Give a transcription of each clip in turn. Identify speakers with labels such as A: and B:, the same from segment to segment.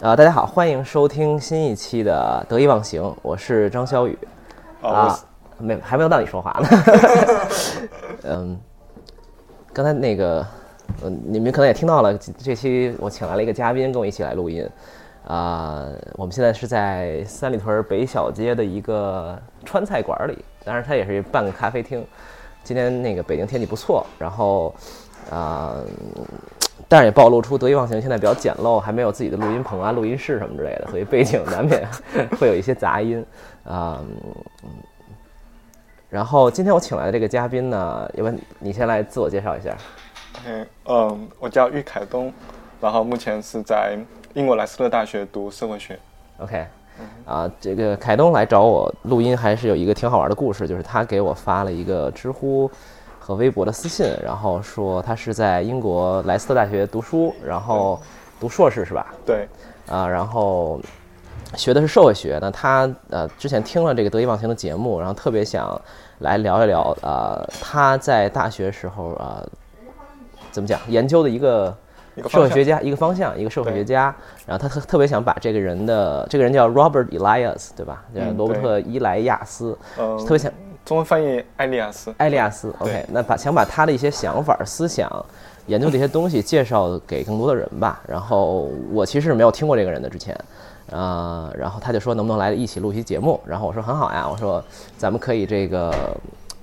A: 呃，大家好，欢迎收听新一期的《得意忘形》，我是张小雨。
B: 啊，
A: 啊，没还没有到你说话呢。嗯，刚才那个，嗯，你们可能也听到了，这这期我请来了一个嘉宾跟我一起来录音。啊、我们现在是在三里屯北小街的一个川菜馆里，当然它也是半个咖啡厅。今天那个北京天气不错，然后，啊、但是也暴露出得意忘形现在比较简陋，还没有自己的录音棚啊、录音室什么之类的，所以背景难免会有一些杂音啊、嗯然后今天我请来的这个嘉宾呢，要不然你先来自我介绍一下？
B: 嗯嗯，我叫郁凯东，然后目前是在英国莱斯特大学读社会学。
A: OK，啊，这个凯东来找我录音还是有一个挺好玩的故事，就是他给我发了一个知乎和微博的私信，然后说他是在英国莱斯特大学读书，然后读硕士是吧？
B: 对，
A: 啊，然后学的是社会学。那他呃之前听了这个得意忘形的节目，然后特别想来聊一聊呃他在大学时候呃怎么讲研究的一个
B: 一个
A: 社
B: 方
A: 会
B: 向
A: 学家一个方向一个社会学家。然后他特特别想把这个人的这个人叫 Robert Elias 对吧？叫
B: 嗯
A: 罗伯
B: 对
A: 特伊莱亚斯，
B: 嗯，
A: 特别想
B: 中文翻译艾利亚斯。
A: 埃利亚斯
B: 对
A: ，OK，那把想把他的一些想法、思想、研究的一些东西介绍给更多的人吧。然后我其实是没有听过这个人的之前，呃，然后他就说能不能来一起录一期节目，然后我说很好呀，我说咱们可以这个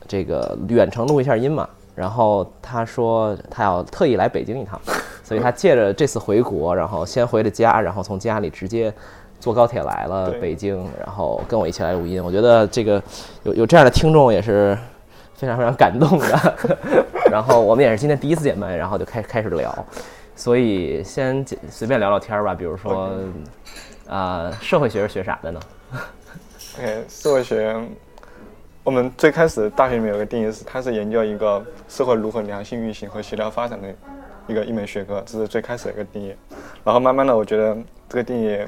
A: 这个远程录一下音嘛。然后他说他要特意来北京一趟，所以他借着这次回国，然后先回的家，然后从家里直接坐高铁来了
B: 对
A: 北京，然后跟我一起来录音。我觉得这个有有这样的听众也是非常非常感动的。然后我们也是今天第一次见面，然后就开开始聊，所以先简随便聊聊天儿吧。比如说
B: OK，
A: 啊、社会学是学啥的呢？
B: OK，社会学，我们最开始大学里面有个定义是，它是研究一个社会如何良性运行和协调发展的一个一门学科，这是最开始的一个定义。然后慢慢的，我觉得这个定义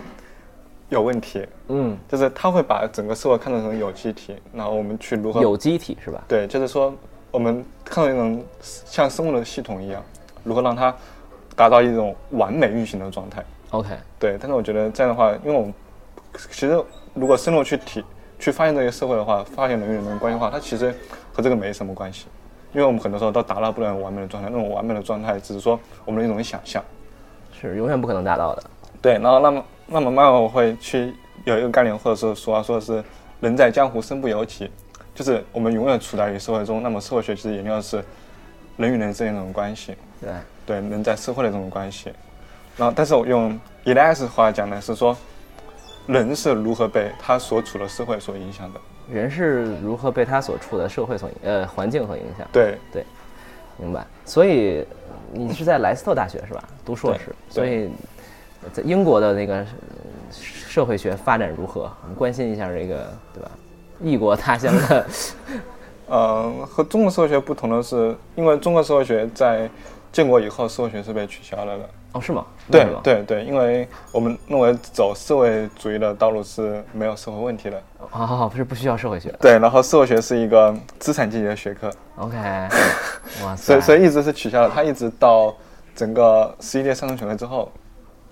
B: 有问题，
A: 嗯，
B: 就是它会把整个社会看成成有机体，然后我们去如何
A: 有机体是吧？
B: 对，就是说我们看到一种像生物的系统一样，如何让它达到一种完美运行的状态。
A: OK，
B: 对，但是我觉得这样的话，因为我们其实如果深入去体去发现这个社会的话，发现人与人的关系的话，它其实和这个没什么关系，因为我们很多时候都达到不了完美的状态，那种完美的状态只是说我们的一种想象。
A: 是永远不可能达到的。
B: 对，然后那么那么慢慢我会去有一个概念，或者是说说是人在江湖身不由己，就是我们永远处在于社会中。那么社会学其实研究的是人与人之间的这种关系，
A: 对，
B: 对人在社会的这种关系。然后，但是我用 Elias 的话讲呢，是说人是如何被他所处的社会所影响的。
A: 人是如何被他所处的社会所影呃环境所影响？
B: 对，
A: 明白。所以你是在莱斯特大学是吧？读硕士，
B: 对
A: 所以在英国的那个呃社会学发展如何？我们关心一下这个，对吧？异国他乡的
B: 嗯，和中国社会学不同的是，因为中国社会学在建国以后，社会学是被取消了的。
A: 哦，是吗？为
B: 对
A: 什么
B: 对对，因为我们认为走社会主义的道路是没有社会问题的。
A: 哦，不是不需要社会学的。
B: 对，然后社会学是一个资产阶级的学科，
A: OK，哇塞，
B: 所以所以一直是取消的。它一直到整个十一届三中全会之后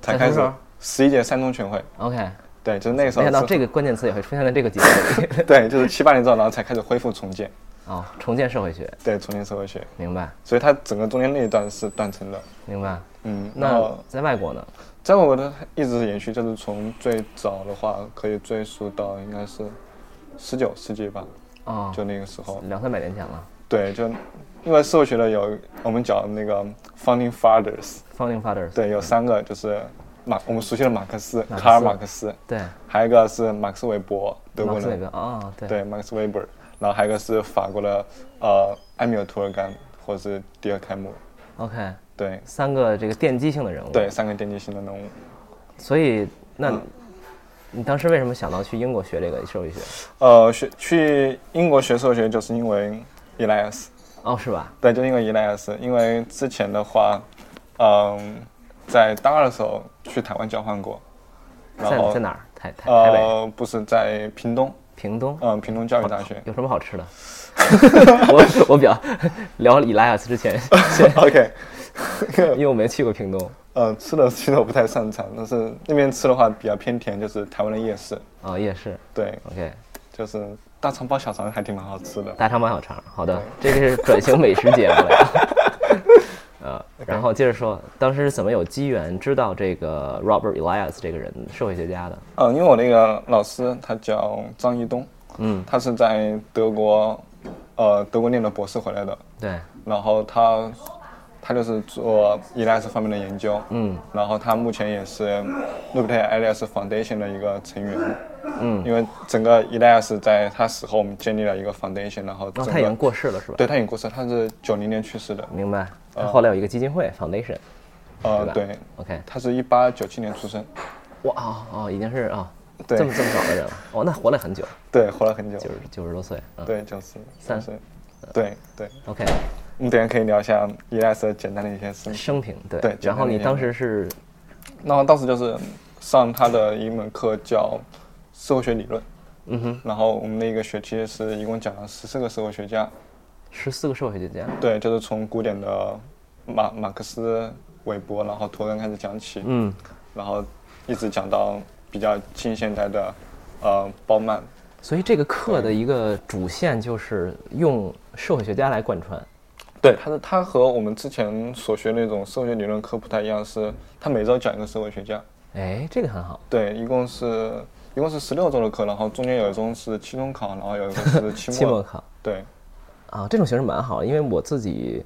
B: 才开
A: 在什么时
B: 始
A: 候。
B: 十一届三中全会，
A: OK，
B: 对，就是那个时
A: 没
B: 候
A: 想到
B: 是。
A: 这个关键词也会出现在这个节目里。
B: 对，就是七八年之后，然后才开始恢复重建，
A: 哦，重建社会学，
B: 对，重建社会学。
A: 明白
B: 所以它整个中间那一段是断层的。
A: 明白。
B: 嗯，然
A: 那
B: 后
A: 在外国呢？
B: 在我的一直是延续，就是从最早的话可以追溯到应该是十九世纪吧，
A: 哦，
B: 就那个时候。
A: 两三百年前了。
B: 对，就因为社会学的有我们讲那个 founding fathers，
A: Founding Fathers，
B: 对，有三个就是马我们熟悉的马克思、
A: 马克思
B: 卡尔马克思，
A: 对，
B: 还有一个是马克思韦伯，德
A: 马
B: 国
A: 克思韦伯
B: 人，
A: 哦，对，
B: 对，马克思韦伯，然后还有一个是法国的呃埃米尔图尔干或者是迪尔凯姆，
A: OK，
B: 对
A: 三个这个奠基性的人物。
B: 对，，嗯三个奠基性的人物。
A: 所以那你，你当时为什么想到去英国学这个社会学？
B: 呃，学去英国学社会学就是因为 Elias，
A: 哦，是吧？
B: 对，就因为 Elias，因为之前的话，嗯，在大二的时候去台湾交换过，然
A: 在
B: 后
A: 在哪儿？台台台北、哦
B: 呃，不是在屏东，
A: 屏东。
B: 嗯、屏东教育大学。
A: 有什么好吃 的？ 啊我我比较聊李拉雅斯之前，
B: OK，
A: 因为我没去过屏东。
B: 呃，吃的其实我不太擅长，但是那边吃的话比较偏甜，就是台湾的夜市，
A: 啊，夜市
B: 对，
A: ，OK，
B: 就是大肠包小肠还挺蛮好吃的。
A: 大肠包小肠，好的，这个是转型美食节目 了。呃，然后接着说，当时是怎么有机缘知道这个 Robert Elias 这个人，社会学家的？
B: 嗯、因为我那个老师他叫张一东，
A: 嗯，
B: 他是在德国，呃，德国念的博士回来的，
A: 对，
B: 然后他他就是做 ELS 方面的研究，嗯，然后他目前也是 l u c t e Elias Foundation 的一个成员，嗯，因为整个 ELS 在他死后，我们建立了一个 foundation，然后
A: 然后
B: 整个、
A: 哦他已经过世了是吧？
B: 对，哦他已经过世，他是九零年去世的，
A: 明白。他后来有一个基金会 Foundation。
B: 呃
A: 是吧，
B: 对，
A: OK，
B: 他是一八九七年出生，
A: 哇哦哦，已经是啊、
B: 对
A: 这么这么早的人了，哦，那活了很久，
B: 对，活了很久，
A: 九十九十多岁，嗯，
B: 对，九十
A: 三
B: 岁，对对，
A: ，OK，
B: 我们等一下可以聊一下 ELS 的简单的一些事情。
A: 生平对，
B: 对
A: 然后你
B: 简单一点
A: 当时是
B: 然后当时就是上他的一门课叫社会学理论，
A: 嗯哼，
B: 然后我们那个学期是一共讲了十四个社会学家，
A: 十四个社会学家，
B: 对，就是从古典的马马克思、韦伯，然后图根开始讲起，
A: 嗯，
B: 然后一直讲到比较近现代的呃鲍曼，
A: 所以这个课的一个主线就是用社会学家来贯穿，
B: 对，他是他和我们之前所学那种社会学理论课不太一样，是他每周讲一个社会学家，
A: 哎，这个很好，
B: 对，一共是一共是十六周的课，然后中间有一周是期中考，然后有一个是期 末，
A: 期末考
B: 对。
A: 啊，这种形式蛮好，因为我自己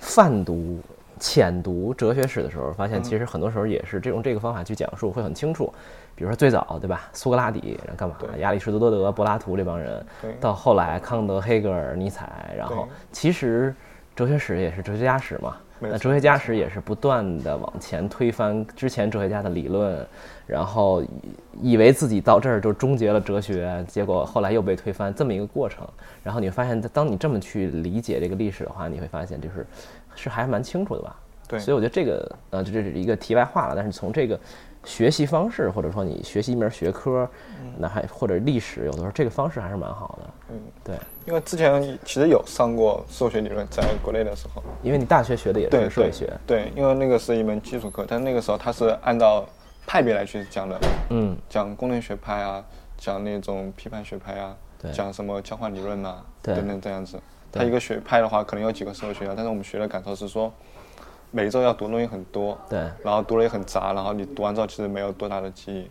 A: 泛读。浅读哲学史的时候，发
B: 嗯
A: 现其实很多时候也是这用这个方法去讲述会很清楚。比如说最早对吧，苏格拉底，然后干嘛？
B: 对
A: 亚里士多德、柏拉图这帮人，
B: 对
A: 到后来康德、黑格尔、尼采，然后
B: 对
A: 其实哲学史也是哲学家史嘛。
B: 没
A: 那
B: 错
A: 哲学家史也是不断的往前推翻之前哲学家的理论，然后以以为自己到这儿就终结了哲学，结果后来又被推翻，这么一个过程。然后你会发现，当你这么去理解这个历史的话，你会发现就是是还蛮清楚的吧？
B: 对
A: 所以我觉得这个呃，这这是一个题外话了。但是从这个学习方式，或者说你学习一门学科，那还或者历史，有的时候这个方式还是蛮好的。
B: 嗯，
A: 对，
B: 因为之前其实有上过数学理论，在国内的时候，
A: 因为你大学学的也
B: 对
A: 是社会学，
B: 对，对，因为那个是一门基础课，但那个时候它是按照派别来去讲的，
A: 嗯，
B: 讲功能学派啊，讲那种批判学派啊
A: 对，
B: 讲什么交换理论啊，
A: 对
B: 等等这样子。
A: 对
B: 它一个学派的话，可能有几个社会学家，但是我们学的感受是说，每周要读的东西很多，
A: 对
B: 然后读的也很杂，然后你读完之后其实没有多大的记忆，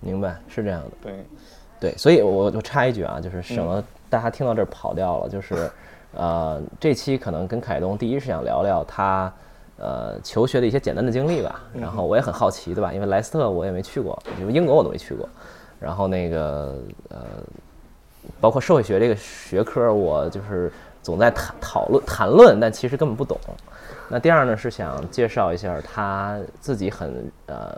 A: 明白是这样的。
B: 对，
A: 对，所以我我插一句啊，就是省得大家听到这儿跑掉了，就是，呃，这期可能跟凯东第一是想聊聊他呃求学的一些简单的经历吧，然后我也很好奇，对吧？因为莱斯特我也没去过，就英国我都没去过，然后那个呃，包括社会学这个学科，我就是总在谈讨论谈论，但其实根本不懂。那第二呢，是想介绍一下他自己很呃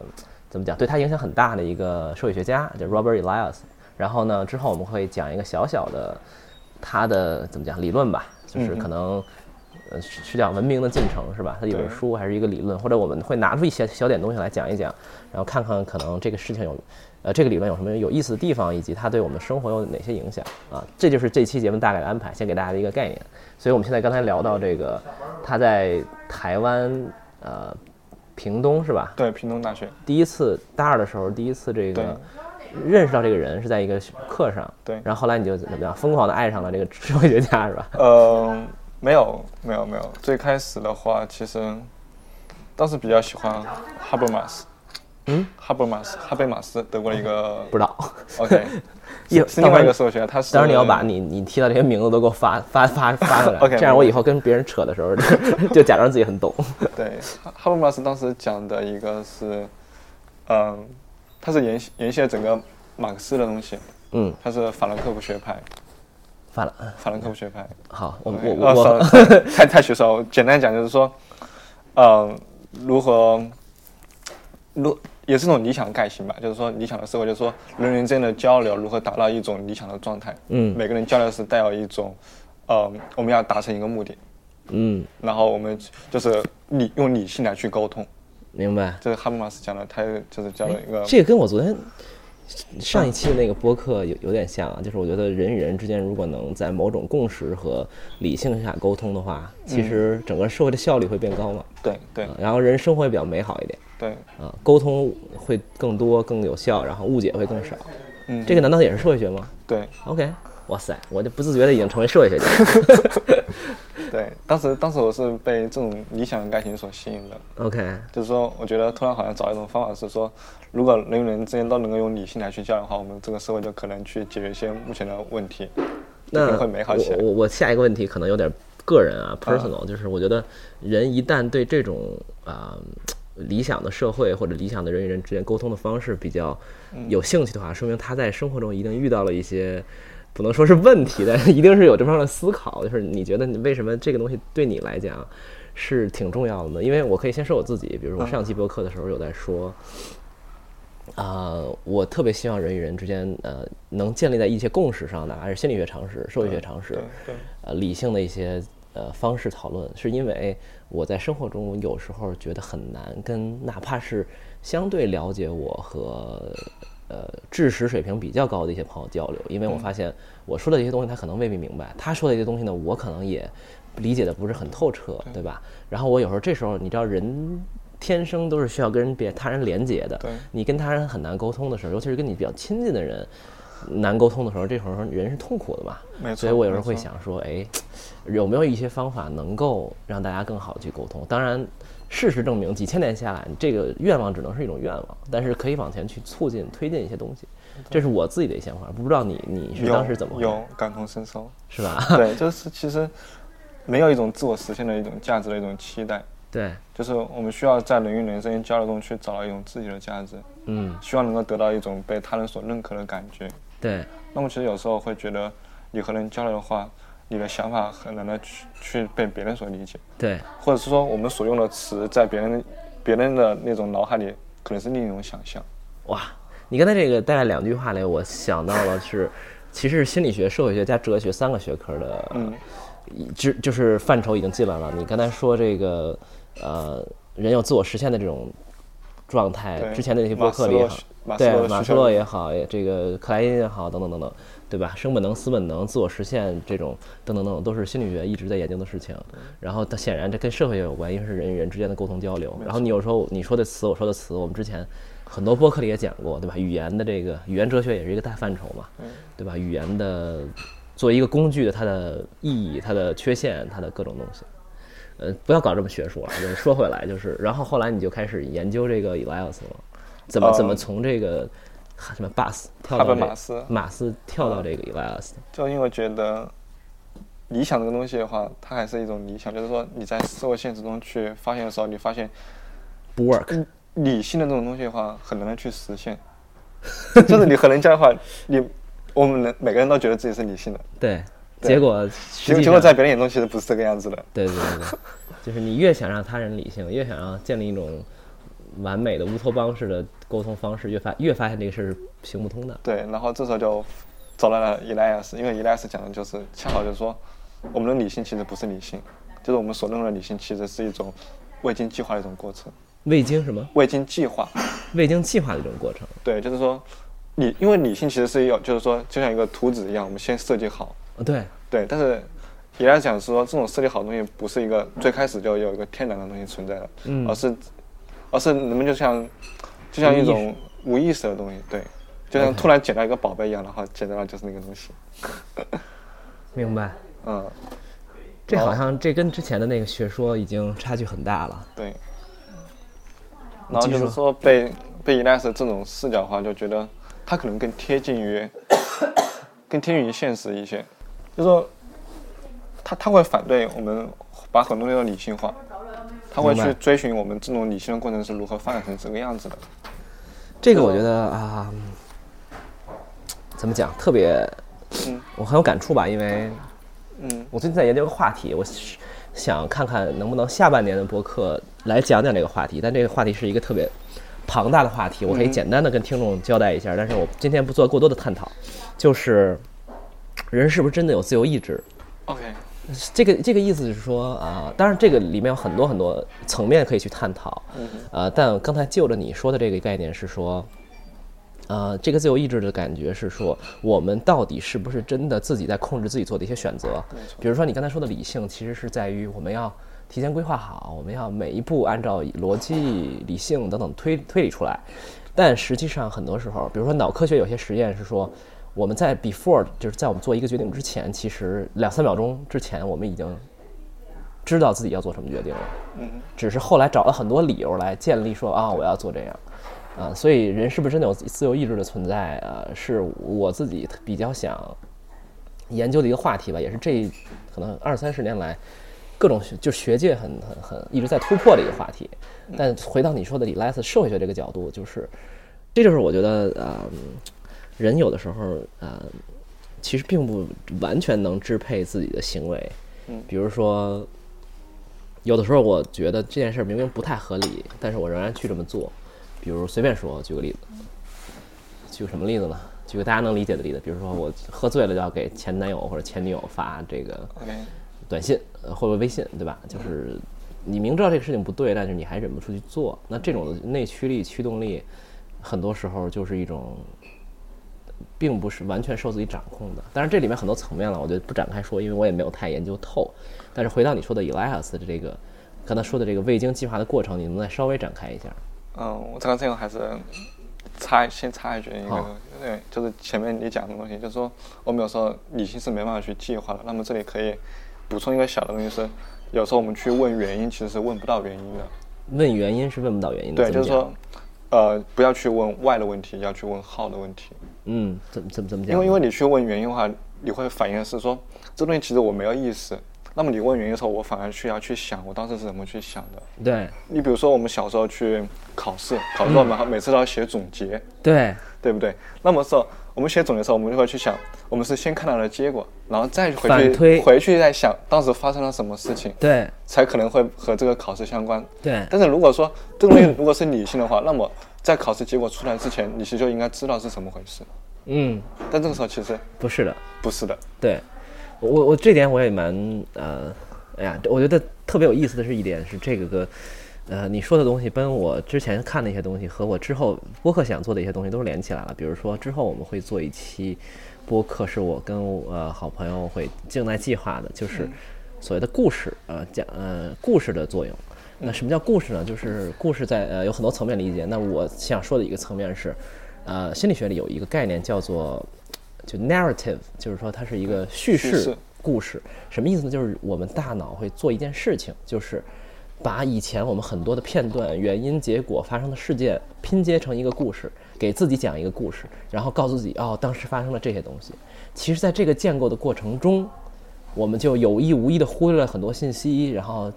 A: 怎么讲，对他影响很大的一个社会学家，叫 Robert Elias。然后呢，之后我们会讲一个小小的他的怎么讲理论吧，就是可能、呃是是叫文明的进程是吧？它有本
B: 对
A: 书还是一个理论，或者我们会拿出一些小点东西来讲一讲，然后看看可能这个事情有。呃，这个理论有什么有意思的地方，以及它对我们的生活有哪些影响啊？这就是这期节目大概的安排，先给大家的一个概念。所以我们现在刚才聊到这个，他在台湾呃屏东是吧？
B: 对，屏东大学，
A: 第一次大二的时候，第一次这个认识到这个人是在一个课上，
B: 对
A: 然后后来你就怎么样，疯狂的爱上了这个社会学家是吧？
B: 呃，没有，没有，没有。最开始的话，其实当时比较喜欢哈伯马斯。嗯，哈伯马斯，哈贝马斯，德国的一个
A: 不知道，
B: ，OK，
A: 一
B: 是另外一个
A: 时
B: 社会学家，他是
A: 当然你要把你你提到这些名字都给我发发发发过来
B: OK，
A: 这样我
B: 没问题
A: 以后跟别人扯的时候就 假装自己很懂。
B: 对哈哈伯马斯当时讲的一个是，嗯，他是沿袭沿袭了整个马克思的东西，
A: 嗯，
B: 他是法兰克福学派，
A: 发了，嗯
B: 法兰克福学派，
A: 好，我我
B: 哦
A: 我我
B: sorry，太 太学术了。我简单讲就是说，呃，如何，如也是一种理想概型吧，就是说理想的社会，就是说人与人之间的交流如何达到一种理想的状态。
A: 嗯
B: 每个人交流是带有一种，呃，我们要达成一个目的，
A: 嗯，
B: 然后我们就是理用理性来去沟通。
A: 明白。
B: 这是哈伯马斯讲的，他就是讲了一个，
A: 这个跟我昨天上一期那个播客有有点像啊，就是我觉得人与人之间如果能在某种共识和理性下沟通的话，其
B: 嗯
A: 实整个社会的效率会变高嘛，
B: 对对
A: 啊然后人生活也比较美好一点
B: 对，
A: 啊，沟通会更多更有效，然后误解会更少。
B: 嗯，
A: 这个难道也是社会学吗
B: 对
A: ？OK，哇塞，我就不自觉的已经成为社会学 家了。
B: 对，当时当时我是被这种理想的感情所吸引的，
A: OK，
B: 就是说，我觉得突然好像找一种方法是说，如果人与人之间都能够用理性来去交流的话，我们这个社会就可能去解决一些目前的问题，就可
A: 那
B: 能会美好起来
A: 我。我我下一个问题可能有点个人啊，personal，、就是我觉得人一旦对这种啊、理想的社会或者理想的人与人之间沟通的方式比较
B: 嗯
A: 有兴趣的话，说明他在生活中一定遇到了一些。不能说是问题，但是一定是有这方面的思考。就是你觉得你为什么这个东西对你来讲是挺重要的呢？因为我可以先说我自己，比
B: 嗯
A: 如我上期播客的时候有在说，啊、我特别希望人与人之间呃能建立在一些共识上，哪怕是心理学常识、社会学常识
B: 对，对，
A: 呃理性的一些呃方式讨论，是因为我在生活中有时候觉得很难跟哪怕是相对了解我和呃知识水平比较高的一些朋友交流，因为我发现我说的一些东西他可能未必明白，他说的一些东西呢，我可能也理解的不是很透彻，对吧？然后我有时候这时候你知道人。天生都是需要跟人别他人连接的
B: 对，
A: 你跟他人很难沟通的时候，尤其是跟你比较亲近的人难沟通的时候，这时候人是痛苦的嘛。
B: 没错
A: 所以我有时候
B: 没
A: 会
B: 错
A: 想说，哎，有没有一些方法能够让大家更好的去沟通？当然，事实证明，几千年下来，这个愿望只能是一种愿望，但是可以往前去促进、推进一些东西。这是我自己的一些想法，不知道你你是当时怎么
B: 有
A: 回事，
B: 有感同 身受，
A: 是吧？
B: 对，就是其实没有一种自我实现的一种价值的一种期待，
A: 对，
B: 就是我们需要在人与人之间交流中去找到一种自己的价值，
A: 嗯，
B: 希望能够得到一种被他人所认可的感觉。
A: 对，
B: 那么其实有时候会觉得，你和人交流的话，你的想法很难的去去被别人所理解。
A: 对，
B: 或者是说我们所用的词在别人别人的那种脑海里可能是另一种想象。
A: 哇，你刚才这个大概两句话里，我想到了是，其实是心理学、社会学加哲学三个学科的，
B: 嗯，
A: 就就是范畴已经进来了。你刚才说这个，呃，人有自我实现的这种状态，
B: 对
A: 之前的那些播客里也好，
B: 马斯洛需
A: 对
B: 马斯洛的需求
A: 马斯洛也好，也这个克莱因也好，等等等等，对吧？生本能、死本能、自我实现这种等等等等，都是心理学一直在研究的事情。然后，它显然这跟社会也有关，因为是人与人之间的沟通交流。然后你有时候你说的词，我说的词，我们之前很多播客里也讲过，对吧？语言的这个语言哲学也是一个大范畴嘛，对吧？语言的作为一个工具的它的意义、它的缺陷、它的各种东西。呃，不要搞这么学术了。就是说回来，就是，然后后来你就开始研究这个 Elias 了，怎么怎么
B: 呃
A: 从这个哈什么 bus 跳
B: 哈
A: 到
B: 本
A: 这
B: 马斯
A: 马斯跳到这个 Elias 的。
B: 就因为觉得理想这个东西的话，它还是一种理想，就是说你在社会现实中去发现的时候，你发现
A: 不
B: 呃
A: work，
B: 嗯理性的这种东西的话，很难去 实现。就是你和人家的话，你我们人每个人都觉得自己是理性的，
A: 对，
B: 对
A: 结果
B: 结
A: 实
B: 果
A: 际
B: 结果
A: 上，
B: 在别人眼中其实不是这个样子的。
A: 对对对对，就是你越想让他人理性，越想让建立一种完美的乌托邦式的沟通方式，越发越发现这个事儿是行不通的。
B: 对，然后这时候就找到了 Elias，因为 Elias 讲的就是恰好就是说，我们的理性其实不是理性，就是我们所认为的理性其实是一种未经计划的一种过程，
A: 未经什么？
B: 未经计划，
A: 未经计划的这种过程。
B: 对，就是说理，因为理性其实是有，就是说就像一个图纸一样，我们先设计好，
A: 呃对，
B: 对，但是。也来讲是说，这种设计好的东西不是一个最开始就有一个天然的东西存在的，
A: 嗯
B: 而是，而是人们就像，就像一种无意识的东西，对，就像突然捡到一个宝贝一样，然后捡到的就是那个东西，
A: 明白。
B: 嗯，
A: 这好像这跟之前的那个学说已经差距很大了。
B: 对。然
A: 嗯
B: 后
A: 继续
B: 就是说被被 Elias 这种视角的话，就觉得他可能更贴近于更贴近于现实一些，就说他他会反对我们把很多内容理性化，他会
A: 明白
B: 去追寻我们这种理性的过程是如何发展成这个样子的。
A: 这个我觉得啊、嗯怎么讲，特别，我很有感触吧，因为
B: 嗯，
A: 我最近在研究一个话题，我是想看看能不能下半年的播客来讲讲这个话题，但这个话题是一个特别庞大的话题，我可以简单的跟听众交代一下，但是我今天不做过多的探讨，就是人是不是真的有自由意志？
B: OK，
A: 这个这个意思是说啊，当然这个里面有很多很多层面可以去探讨，呃，但刚才就着你说的这个概念是说，呃，这个自由意志的感觉是说，我们到底是不是真的自己在控制自己做的一些选择？比如说你刚才说的理性，其实是在于我们要提前规划好，我们要每一步按照逻辑、理性等等推推理出来。但实际上，很多时候，比如说脑科学有些实验是说，我们在 before 就是在我们做一个决定之前，其实两三秒钟之前，我们已经知道自己要做什么决定了。
B: 嗯，
A: 只是后来找了很多理由来建立说啊，我要做这样，啊，所以人是不是真的有自由意志的存在啊？是我自己比较想研究的一个话题吧，也是这可能二三十年来各种学就学界很很很一直在突破的一个话题。但回到你说的李莱斯社会学这个角度，就是这就是我觉得呃，人有的时候呃，其实并不完全能支配自己的行为，比如说。有的时候我觉得这件事儿明明不太合理，但是我仍然去这么做。比如随便说，举个例子，举个什么例子呢？举个大家能理解的例子，比如说我喝醉了就要给前男友或者前女友发这个
B: OK，
A: 短信呃或者微信，对吧？就是你明知道这个事情不对，但是你还忍不住去做。那这种内驱力、驱动力，很多时候就是一种，并不是完全受自己掌控的。当然，这里面很多层面了，我就不展开说，因为我也没有太研究透。但是回到你说的 Elias 的这个，刚才说的这个未经计划的过程，你能再稍微展开一下？
B: 嗯，我这个这个还是插先插一句一个
A: 好
B: 东西，对，就是前面你讲的东西，就是说我们有时候理性是没办法去计划的。那么这里可以补充一个小的东西是，有时候我们去问原因，其实是问不到原因的。
A: 问原因是问不到原因的，嗯
B: 对，
A: 怎
B: 就
A: 么
B: 是
A: 讲
B: 说，呃，不要去问 why 的问题，要去问 how 的问题。
A: 嗯，怎么怎么怎么讲？
B: 因为因为你去问原因的话，你会反应是说这东西其实我没有意识。那么你问原因的时候，我反而去要去想我当时是怎么去想的。
A: 对
B: 你比如说我们小时候去考试，考
A: 嗯
B: 试我们每次都要写总结，
A: 对
B: 对不对？那么说我们写总结的时候，我们就会去想，我们是先看到了结果，然后再回
A: 反推
B: 去回去再想当时发生了什么事情，
A: 对
B: 才可能会和这个考试相关。
A: 对
B: 但是如果说这个东西如果是理性的话，那么在考试结果出来之前，你其实就应该知道是怎么回事。
A: 嗯，
B: 但这个时候其实
A: 不是的，
B: 不是的，
A: 对，我我我这点我也蛮呃，哎呀，这我觉得特别有意思的是一点是这个个，呃，你说的东西跟我之前看的一些东西和我之后播客想做的一些东西都是连起来了。比如说之后我们会做一期播客，是我跟呃好朋友会静待计划的，就是所谓的故事，呃讲呃故事的作用。那什么叫故事呢？就是故事在呃有很多层面理解。那我想说的一个层面是，呃，心理学里有一个概念叫做就 narrative，就是说它是一个叙
B: 叙
A: 事
B: 事
A: 故事。什么意思呢？就是我们大脑会做一件事情，就是把以前我们很多的片段、原因、结果、发生的事件拼接成一个故事，给自己讲一个故事，然后告诉自己哦，当时发生了这些东西。其实，在这个建构的过程中，我们就有意无意地忽略了很多信息，然后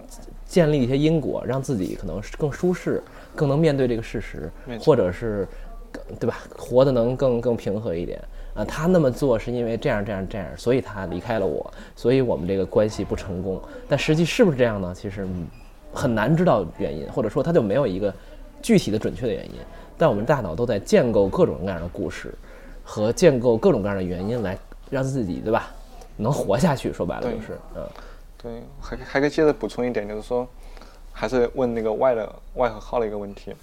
A: 建立一些因果，让自己可能是更舒适，更能面对这个事实，或者是更对吧，活得能更更平和一点。啊，他那么做是因为这样这样这样，所以他离开了我，所以我们这个关系不成功。但实际是不是这样呢？其实嗯很难知道原因，或者说他就没有一个具体的准确的原因。但我们大脑都在建构各种各样的故事，和建构各种各样的原因来让自己对吧能活下去。说白了就是，嗯，
B: 对，还还可以接着补充一点，就是说，还是问那个 why 的 why 和 how 的一个问题。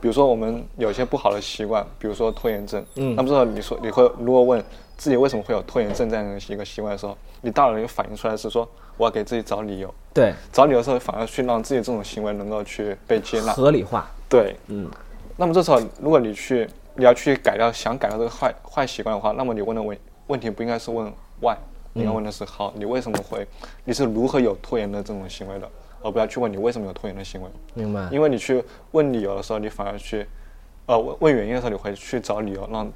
B: 比如说我们有些不好的习惯，比如说拖延症，嗯，那么说你说你会如果问自己为什么会有拖延症这样的一个习惯的时候，你大脑里反映出来是说我要给自己找理由，
A: 对，
B: 找理由的时候反而去让自己这种行为能够去被接纳，
A: 嗯合理化，
B: 对，嗯。那么这时候，如果你去你要去改掉想改掉这个坏坏习惯的话，那么你问的问问题不应该是问 why，你应该问的是 how，、你为什么会，你是如何有拖延的这种行为的，而不要去问你为什么有拖延的行为。
A: 明白？
B: 因为你去问理由的时候，你反而去，呃，问问原因的时候，你会去找理由让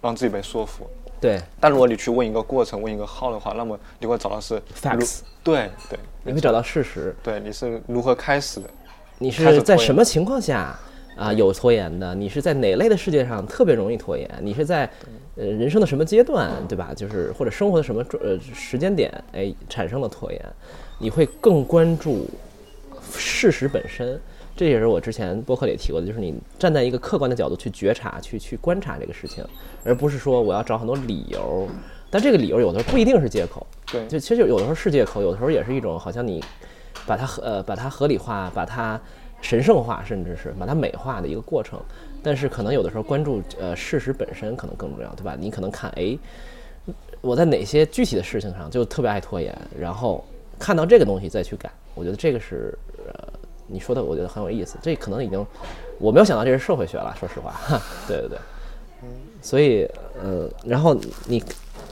B: 让自己被说服。
A: 对，
B: 但如果你去问一个过程，问一个 how 的话，那么你会找到是
A: Facts
B: 如对对
A: 你会找到事实，
B: 对，你是如何开始的。
A: 你
B: 开
A: 是
B: 始
A: 在
B: 拖延
A: 什么情况下啊、有拖延的？你是在哪类的世界上特别容易拖延？你是在呃人生的什么阶段，对吧？就是或者生活的什么状呃时间点，哎，产生了拖延，你会更关注事实本身。这也是我之前播客里也提过的，就是你站在一个客观的角度去觉察、去去观察这个事情，而不是说我要找很多理由。但这个理由有的时候不一定是借口，
B: 对
A: 就其实有的时候是借口，有的时候也是一种好像你把它合呃把它合理化，把它神圣化，甚至是把它美化的一个过程。但是可能有的时候关注呃事实本身可能更重要，对吧？你可能看哎，我在哪些具体的事情上就特别爱拖延，然后看到这个东西再去改，我觉得这个是呃你说的，我觉得很有意思。这可能已经我没有想到这是社会学了，说实话，对对对。所以，呃，然后你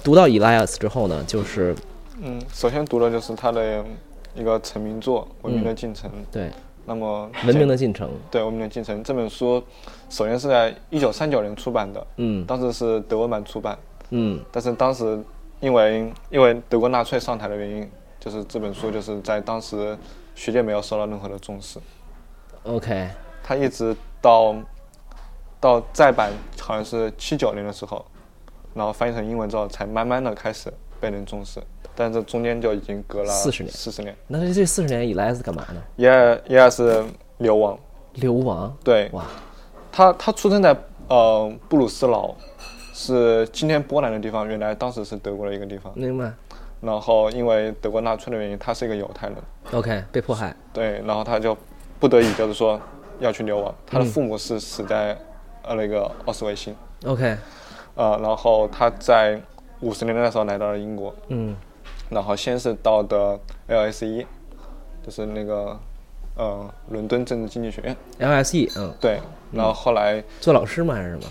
A: 读到 Elias 之后呢，就是
B: 嗯，首先读的就是他的一个成名作《文明的进程》
A: 对
B: 那么
A: 嗯文明的进程，
B: 对《文明的进程》这本书，首先是在一九三九年出版的，
A: 嗯
B: 当时是德文版出版，
A: 嗯
B: 但是当时因为因为德国纳粹上台的原因，就是这本书就是在当时学界没有受到任何的重视，
A: ，OK，
B: 他一直到到再版好像是七九年的时候，然后翻译成英文之后，才慢慢的开始被人重视，但是这中间就已经隔了
A: 40年
B: 四十年，
A: 那这这四十年 Elias 干嘛呢？
B: 也也是流亡，
A: 流亡，
B: 对
A: 哇，
B: 他他出生在呃布鲁斯劳，是今天波兰的地方，原来当时是德国的一个地方，
A: 明白
B: 然后因为德国纳粹的原因，他是一个犹太人，
A: ，OK，被迫害，
B: 对，然后他就不得已就是说要去流亡，他的父母是死在呃那个奥斯维辛。
A: OK，
B: 呃，然后他在五十年代的时候来到了英国，
A: 嗯
B: 然后先是到的 LSE，就是那个呃伦敦政治经济学院，
A: ，LSE，嗯，
B: 对，然后后来
A: 做老师吗还是什么？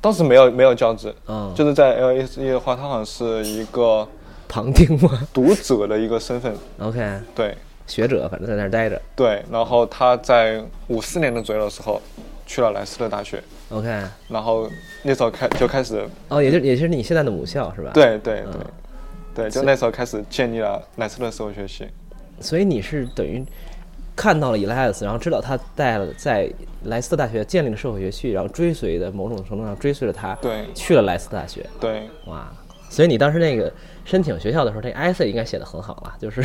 B: 当时没有没有教职，
A: 嗯
B: 就是在 LSE 的话，他好像是一个
A: 旁听吗
B: 读者的一个身份，
A: ？OK，
B: 对
A: 学者，反正在那儿待着
B: 对，然后他在五四年的左右的时候去了莱斯特大学，
A: ，OK，
B: 然后那时候开就开始，
A: 哦，也就也就是你现在的母校是吧？，嗯
B: 对对对。对，就那时候开始建立了莱斯特社会学系。
A: 所以你是等于看到了 Elias，然后知道他带了在莱斯特大学建立了社会学系，然后追随的某种程度上追随了他，
B: 对
A: 去了莱斯特大学，
B: 对，
A: 哇！所以你当时那个申请学校的时候，那 essay 应该写的很好了， 就是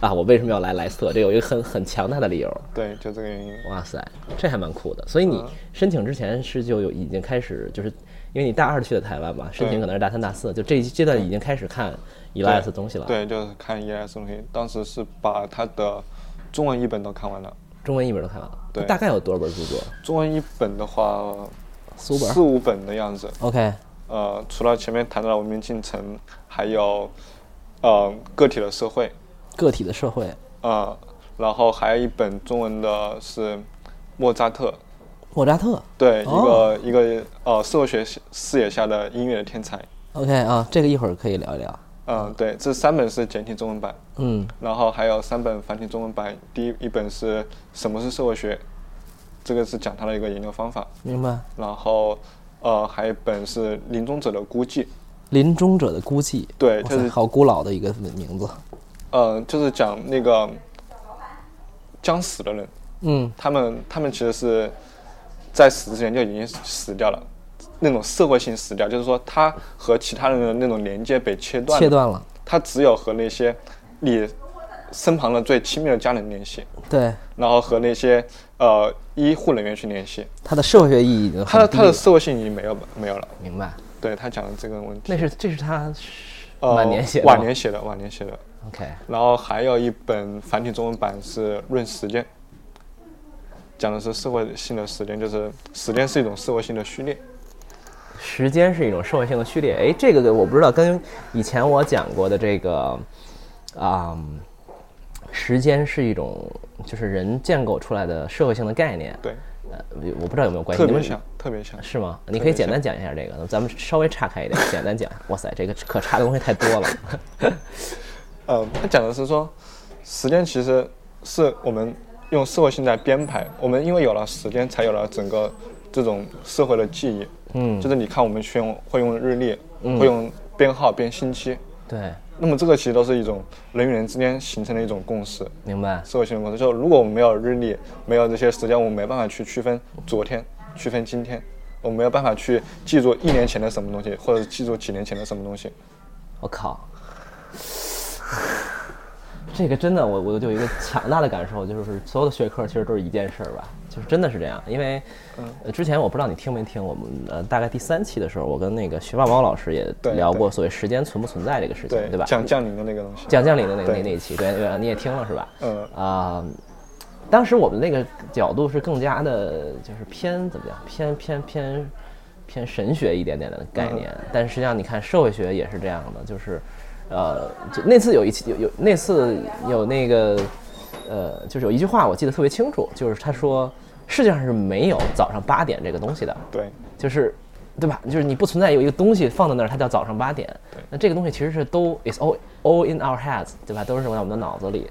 A: 啊，我为什么要来莱斯特？这有一个很很强大的理由。
B: 对，就这个原因。
A: 哇塞，这还蛮酷的。所以你
B: 嗯
A: 申请之前是就有已经开始，就是因为你大二去的台湾嘛，申请可能是大三、大四，就这一阶段已经开始看 Elias 的东西了。，
B: 对，就是看 ES 东西，当时是把他的中文译本都看完了。
A: 中文一本都看完了。
B: 对
A: 大概有多少本著作？
B: 中文译本的话，
A: 四五本
B: 四五本的样子。
A: ？OK，
B: 呃，除了前面谈到的文明进程，还有呃个体的社会，
A: 个体的社会，
B: 呃，然后还有一本中文的是莫扎特，
A: 莫扎特。
B: 对，
A: 哦
B: 一个一个呃社会学视野下的音乐的天才。
A: OK 啊，这个一会儿可以聊一聊。
B: 嗯、对，这三本是简体中文版，
A: 嗯，
B: 然后还有三本繁体中文版。第一一本是什么是社会学，这个是讲他的一个研究方法。
A: 明白。
B: 然后呃还有一本是《临终者的孤寂》，
A: 临终者的孤寂，
B: 对
A: 哇
B: 它
A: 塞
B: 是
A: 好古老的一个名字。
B: 呃，就是讲那个将死的人，
A: 嗯，
B: 他们他们其实是在死之前就已经死掉了。那种社会性死掉，就是说他和其他人的那种连接被切断了，
A: 切断了。
B: 他只有和那些你身旁的最亲密的家人联系，
A: 对，
B: 然后和那些呃医护人员去联系，
A: 它的社会学意义已经很
B: 他的
A: 低
B: 他的
A: 了
B: 社会性已经没有没有了。
A: 明白。
B: 对他讲的这个问题，
A: 那是这是他
B: 呃
A: 晚年写的吗。
B: 晚年写的晚年写的，
A: OK，
B: 然后还有一本繁体中文版是《论时间》，讲的是社会性的时间，就是时间是一种社会性的序列。
A: 时间是一种社会性的序列。哎，这个我不知道，跟以前我讲过的这个，啊、时间是一种就是人建构出来的社会性的概念。
B: 对，
A: 呃，我不知道有没有关系。
B: 特别
A: 你们
B: 像，特别像。
A: 是吗？你可以简单讲一下这个，咱们稍微岔开一点，简单讲。哇塞，这个可岔的东西太多了。
B: 呃，他讲的是说，时间其实是我们用社会性来编排，我们因为有了时间，才有了整个这种社会的记忆。
A: 嗯
B: 就是你看，我们去用会用日历，会用编号、编星期，
A: 对，
B: 那么这个其实都是一种人与人之间形成的一种共识。
A: 明白。
B: 社会性的模式，就是如果我们没有日历，没有这些时间，我们没办法去区分昨天，区分今天，我们没有办法去记住一年前的什么东西，或者记住几年前的什么东西。
A: 我靠，这个真的，我我就有一个强大的感受，就是所有的学科其实都是一件事儿吧，就是真的是这样。因为，呃之前我不知道你听没听，我们呃大概第三期的时候，我跟那个学霸猫老师也
B: 对
A: 聊过所谓时间存不存在这个事情，
B: 对，
A: 对吧？
B: 讲降临的那个东西。
A: 讲降临的那那
B: 对
A: 那一期，对，对吧你也听了是吧？
B: 嗯
A: 啊、当时我们那个角度是更加的，就是偏怎么样，偏偏偏偏神学一点点的概念。但实际上，你看社会学也是这样的，就是，呃，就那次有一期有有那次有那个，呃，就是有一句话我记得特别清楚，就是他说世界上是没有早上八点这个东西的，
B: 对，
A: 就是，对吧？就是你不存在有一个东西放在那儿，它叫早上八点
B: 对。
A: 那这个东西其实是都 is all all in our heads，对吧？都是在我们的脑子里，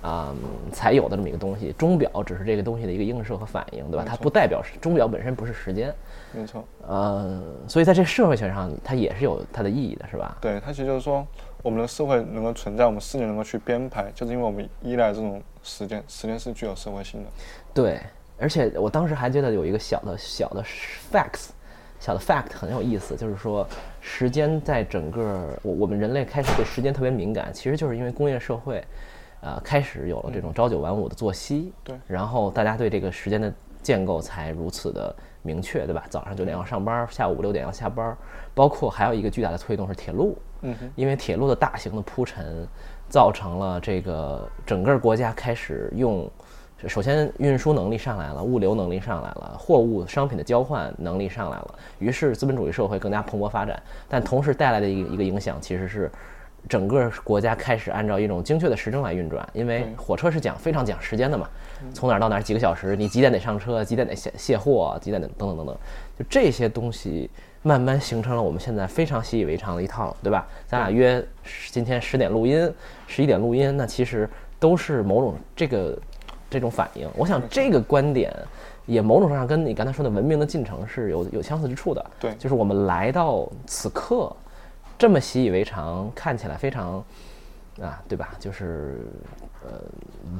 A: 啊、才有的这么一个东西。钟表只是这个东西的一个映射和反应，对吧？它不代表是钟表本身不是时间，
B: 没错。
A: 嗯，所以在这社会学上，它也是有它的意义的，是吧？
B: 对，它其实就是说，我们的社会能够存在，我们世界能够去编排，就是因为我们依赖这种时间，时间是具有社会性的。
A: 对，而且我当时还觉得有一个小的小的 facts，小的 fact 很有意思，就是说时间在整个我我们人类开始对时间特别敏感，其实就是因为工业社会，呃，开始有了这种朝九晚五的作息，
B: 嗯对
A: 然后大家对这个时间的建构才如此的明确，对吧？早上九点要上班，下午五六点要下班，包括还有一个巨大的推动是铁路，
B: 嗯哼，
A: 因为铁路的大型的铺陈，造成了这个整个国家开始用，首先运输能力上来了，物流能力上来了，货物商品的交换能力上来了，于是资本主义社会更加蓬勃发展。但同时带来的一个一个影响其实是。整个国家开始按照一种精确的时钟来运转，因为火车是讲非常讲时间的嘛，从哪儿到哪儿几个小时，你几点得上车，几点得卸卸货，几点得等等等等，就这些东西慢慢形成了我们现在非常习以为常的一套，对吧？咱俩约十今天十点录音，十一点录音，那其实都是某种这个这种反应。我想这个观点也某种程度上跟你刚才说的文明的进程是有有相似之处的。
B: 对
A: 就是我们来到此刻，这么习以为常，看起来非常啊，对吧？就是呃，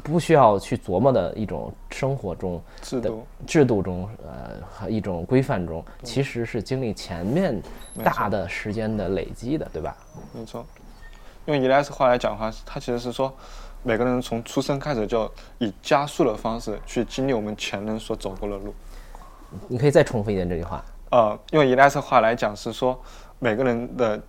A: 不需要去琢磨的一种生活中
B: 制
A: 的
B: 度
A: 制度中，呃，和一种规范中，其实是经历前面大的时间的累积的，对吧？
B: 没错。用伊莱斯话来讲的话，它其实是说，每个人从出生开始就以加速的方式去经历我们前人所走过的路。
A: 你可以再重复一遍这句话。
B: 呃，用伊莱斯话来讲是说，每个人的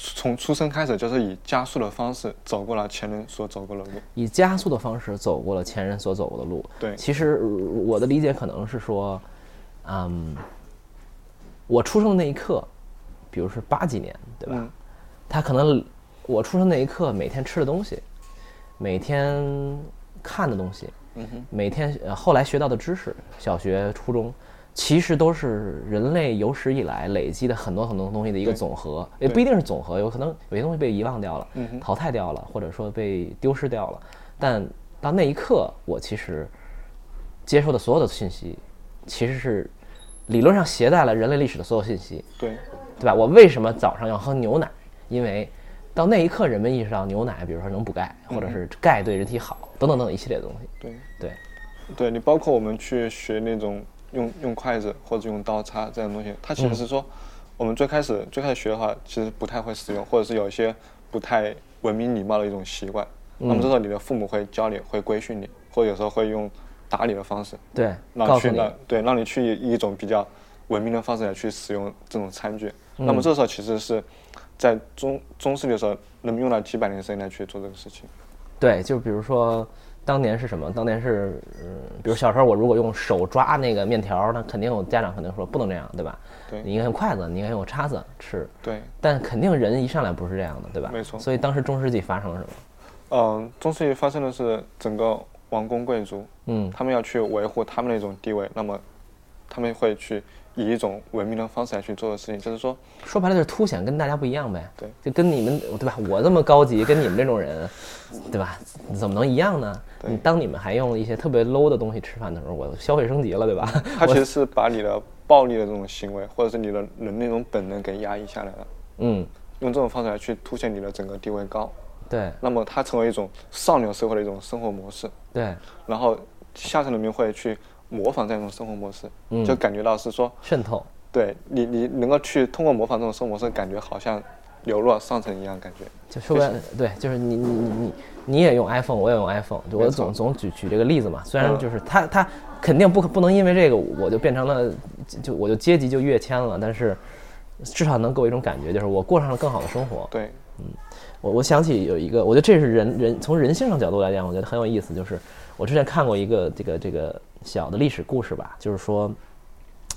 B: 从出生开始就是以加速的方式走过了前人所走过的路。
A: 以加速的方式走过了前人所走过的路。
B: 对
A: 其实呃我的理解可能是说，嗯，我出生的那一刻，比如是八几年，对吧？
B: 嗯
A: 他可能我出生那一刻，每天吃的东西，每天看的东西，每天呃后来学到的知识，小学、初中，其实都是人类有史以来累积的很多很多东西的一个
B: 对
A: 总和，也不一定是总和，有可能有些东西被遗忘掉了，淘汰掉了，或者说被丢失掉了。但到那一刻，我其实接受的所有的信息，其实是理论上携带了人类历史的所有信息，
B: 对，
A: 对吧？我为什么早上要喝牛奶？因为到那一刻，人们意识到牛奶，比如说能补钙，或
B: 嗯
A: 者是钙对人体好，等等等等一系列的东西。
B: 对。
A: 对，
B: 对你包括我们去学那种用用筷子或者用刀叉这样的东西，它其实是
A: 嗯
B: 说，我们最开始最开始学的话，其实不太会使用，或者是有一些不太文明礼貌的一种习惯。
A: 嗯
B: 那么这时候你的父母会教你，会规训你，或者有时候会用打你的方式，
A: 对，
B: 让
A: 告诉
B: 去
A: 你
B: 让对让你去以一种比较文明的方式来去使用这种餐具。
A: 嗯
B: 那么这时候其实是在中中世纪的时候，人们用了几百年时间来去做这个事情。
A: 对，就比如说当年是什么？当年是，嗯，比如小时候我如果用手抓那个面条，那肯定有家长肯定说不能这样，对吧？
B: 对
A: 你应该用筷子，你应该用叉子吃。
B: 对，
A: 但肯定人一上来不是这样的，对吧？
B: 没错
A: 所以当时中世纪发生了什么？
B: 嗯，中世纪发生的是整个王公贵族，
A: 嗯
B: 他们要去维护他们的一种地位，那么他们会去以一种文明的方式来去做的事情，就是说，
A: 说白了就是凸显跟大家不一样呗。
B: 对，
A: 就跟你们对吧？我这么高级，跟你们这种人，对吧？怎么能一样呢？
B: 对
A: 你当你们还用一些特别 low 的东西吃饭的时候，我消费升级了，对吧？
B: 他其实是把你的暴力的这种行为，或者是你的人那种本能给压抑下来了，
A: 嗯，
B: 用这种方式来去凸显你的整个地位高，
A: 对
B: 那么它成为一种上流社会的一种生活模式，
A: 对，
B: 然后下层人民会去模仿这样一种生活模式，
A: 嗯
B: 就感觉到是说，
A: 渗透。
B: 对你你能够去通过模仿这种生活模式，感觉好像流落上层一样感觉。
A: 就说白了，对，就是你你你你你也用 iPhone，我也用 iPhone，就我
B: 没错
A: 总总举举这个例子嘛。虽然
B: 嗯
A: 就是他他肯定不可不能因为这个我就变成了就就我就阶级就跃迁了，但是至少能给我一种感觉，就是我过上了更好的生活。
B: 对，
A: 我我想起有一个，我觉得这是人人从人性上角度来讲，我觉得很有意思。就是我之前看过一个这个这个小的历史故事吧，就是说，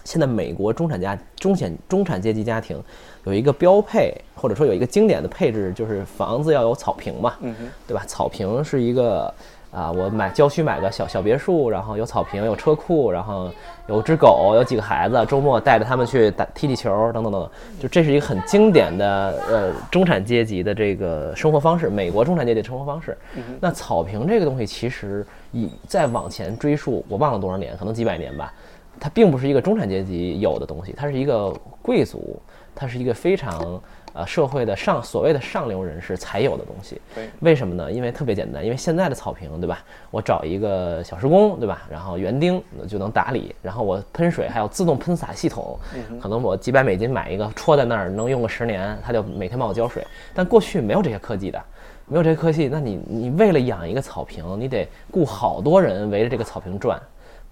A: 现在美国中产家中产中产阶级家庭有一个标配，或者说有一个经典的配置，就是房子要有草坪嘛，
B: 嗯哼，
A: 对吧？草坪是一个啊、我买郊区买个小小别墅，然后有草坪，有车库，然后有只狗，有几个孩子，周末带着他们去打踢踢球，等等等等。就这是一个很经典的呃中产阶级的这个生活方式，美国中产阶级的生活方式。
B: 嗯
A: 那草坪这个东西，其实以再往前追溯，我忘了多少年，可能几百年吧。它并不是一个中产阶级有的东西，它是一个贵族，它是一个非常呃社会的上所谓的上流人士才有的东西。
B: 对，
A: 为什么呢？因为特别简单，因为现在的草坪，对吧？我找一个小时工，对吧？然后园丁就能打理，然后我喷水还有自动喷洒系统，可能我几百美金买一个，戳在那儿能用个十年，它就每天帮我浇水。但过去没有这些科技的，没有这些科技，那你你为了养一个草坪，你得雇好多人围着这个草坪转。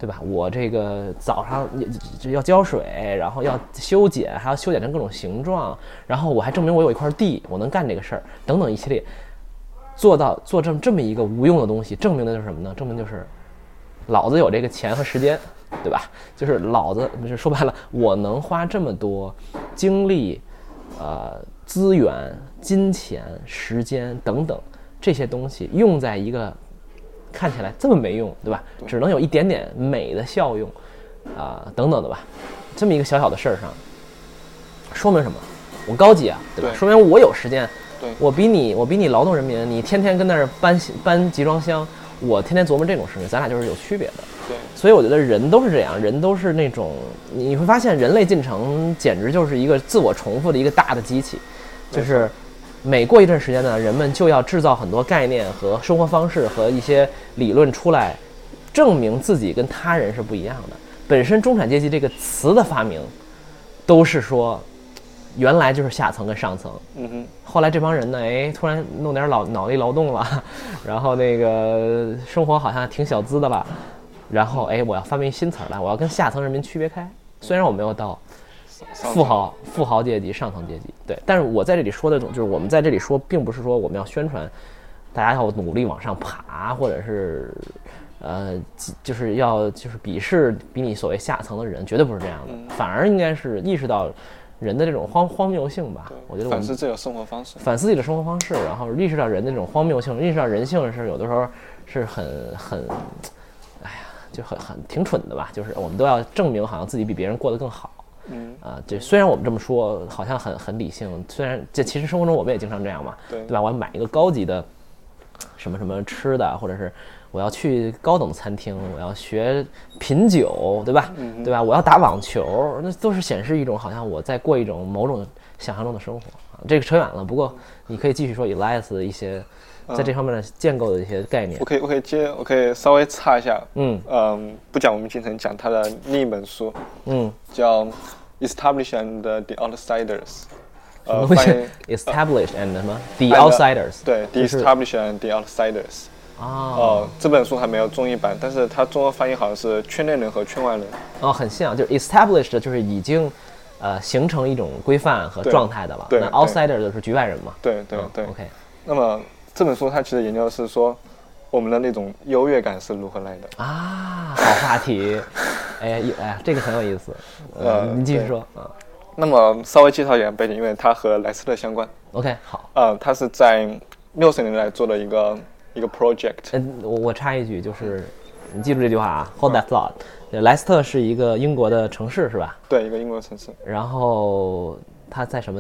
A: 对吧？我这个早上要要浇水，然后要修剪，还要修剪成各种形状，然后我还证明我有一块地，我能干这个事儿，等等一系列，做到做这么这么一个无用的东西，证明的就是什么呢？证明就是老子有这个钱和时间，对吧？就是老子，就是说白了，我能花这么多精力、呃资源、金钱、时间等等这些东西，用在一个看起来这么没用，对吧？只能有一点点美的效用，啊、等等的吧，这么一个小小的事儿上，说明什么？我高级啊，对吧？
B: 对
A: 说明我有时间，
B: 对
A: 我比你，我比你劳动人民，你天天跟那儿搬搬集装箱，我天天琢磨这种事情，咱俩就是有区别的。
B: 对，
A: 所以我觉得人都是这样，人都是那种，你会发现人类进程简直就是一个自我重复的一个大的机器，就是每过一段时间呢，人们就要制造很多概念和生活方式和一些理论出来，证明自己跟他人是不一样的。本身“中产阶级”这个词的发明，都是说，原来就是下层跟上层，
B: 嗯哼，
A: 后来这帮人呢，哎，突然弄点脑脑力劳动了， 然后那个生活好像挺小资的了，然后哎，我要发明新词儿来，我要跟下层人民区别开。虽然我没有到
B: 上
A: 富豪富豪阶级、上层阶级，对，但是我在这里说的总就是我们在这里说，并不是说我们要宣传大家要努力往上爬，或者是呃，即就是要就是鄙视比你所谓下层的人，绝对不是这样的，反而应该是意识到人的这种荒荒谬性吧。我觉得我
B: 反
A: 们
B: 思自己的生活方式，
A: 反思自己的生活方式，然后意识到人的这种荒谬性，意识到人性是有的时候是很很，哎呀，就很很挺蠢的吧。就是我们都要证明好像自己比别人过得更好
B: 嗯，
A: 啊。这虽然我们这么说，好像很很理性，虽然这其实生活中我们也经常这样嘛，
B: 对
A: 对吧？我要买一个高级的什么什么吃的，或者是我要去高等餐厅，我要学品酒，对吧？
B: 嗯
A: 对吧？我要打网球，那都是显示一种好像我在过一种某种想象中的生活啊。这个扯远了，不过你可以继续说 Elias 的一些在这方面的建构的一些概念
B: 我。可以，我可以接，我可以稍微插一下，
A: 嗯
B: 嗯，不讲我们进程，讲他的另一本书，
A: 嗯，
B: 叫《Establish and the Outsiders》，呃，
A: 不
B: 翻
A: 是
B: 译
A: establish and 什么 the
B: 按照
A: outsiders
B: 对，《The
A: 就是
B: Establish and the Outsiders》。
A: 啊
B: 哦，这本书还没有中译版，但是它中文翻译好像是“圈内人”和“圈外人
A: 哦，很像，就是 established 就是已经呃形成一种规范和
B: 对
A: 状态的了。
B: 对
A: 那
B: 对
A: outsider 就是局外人嘛”。。
B: 对对
A: 嗯
B: 对。
A: OK，
B: 那么这本书它其实研究的是说，我们的那种优越感是如何来的。
A: 啊，好话题，哎一哎，这个很有意思。呃，
B: 呃
A: 你继续
B: 对
A: 说啊。
B: 那么稍微介绍一下背景，因为它和莱斯特相关。
A: OK，好。
B: 呃，它是在六十年代做的一个一个 project。
A: 嗯，我我插一句，就是你记住这句话啊，Hold that thought。莱呃斯特是一个英国的城市是吧？
B: 对，一个英国城市，
A: 然后它在什么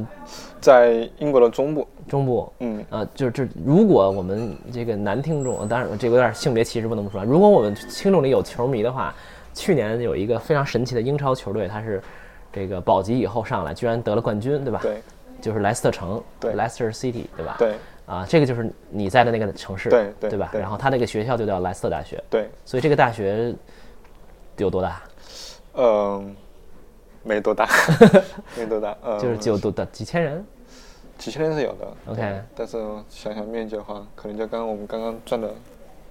B: 在英国的中部。
A: 中部？
B: 嗯
A: 啊，就是这，如果我们这个男听众，当然我这个有点性别歧视，不能这么说。啊如果我们听众里有球迷的话，去年有一个非常神奇的英超球队，它是这个保级以后上来，居然得了冠军，对吧？
B: 对，
A: 就是莱斯特城，
B: 对
A: ，Leicester City，对吧？
B: 对，
A: 啊，这个就是你在的那个城市，
B: 对对
A: 吧？
B: 对
A: 然后他那个学校就叫莱斯特大学，
B: 对，
A: 所以这个大学有多大？
B: 嗯、没多大， 没多大，嗯，
A: 就是有多大？几千人？
B: 几千人是有的。
A: OK
B: 对但是想想面积的话，可能就刚刚我们刚刚转的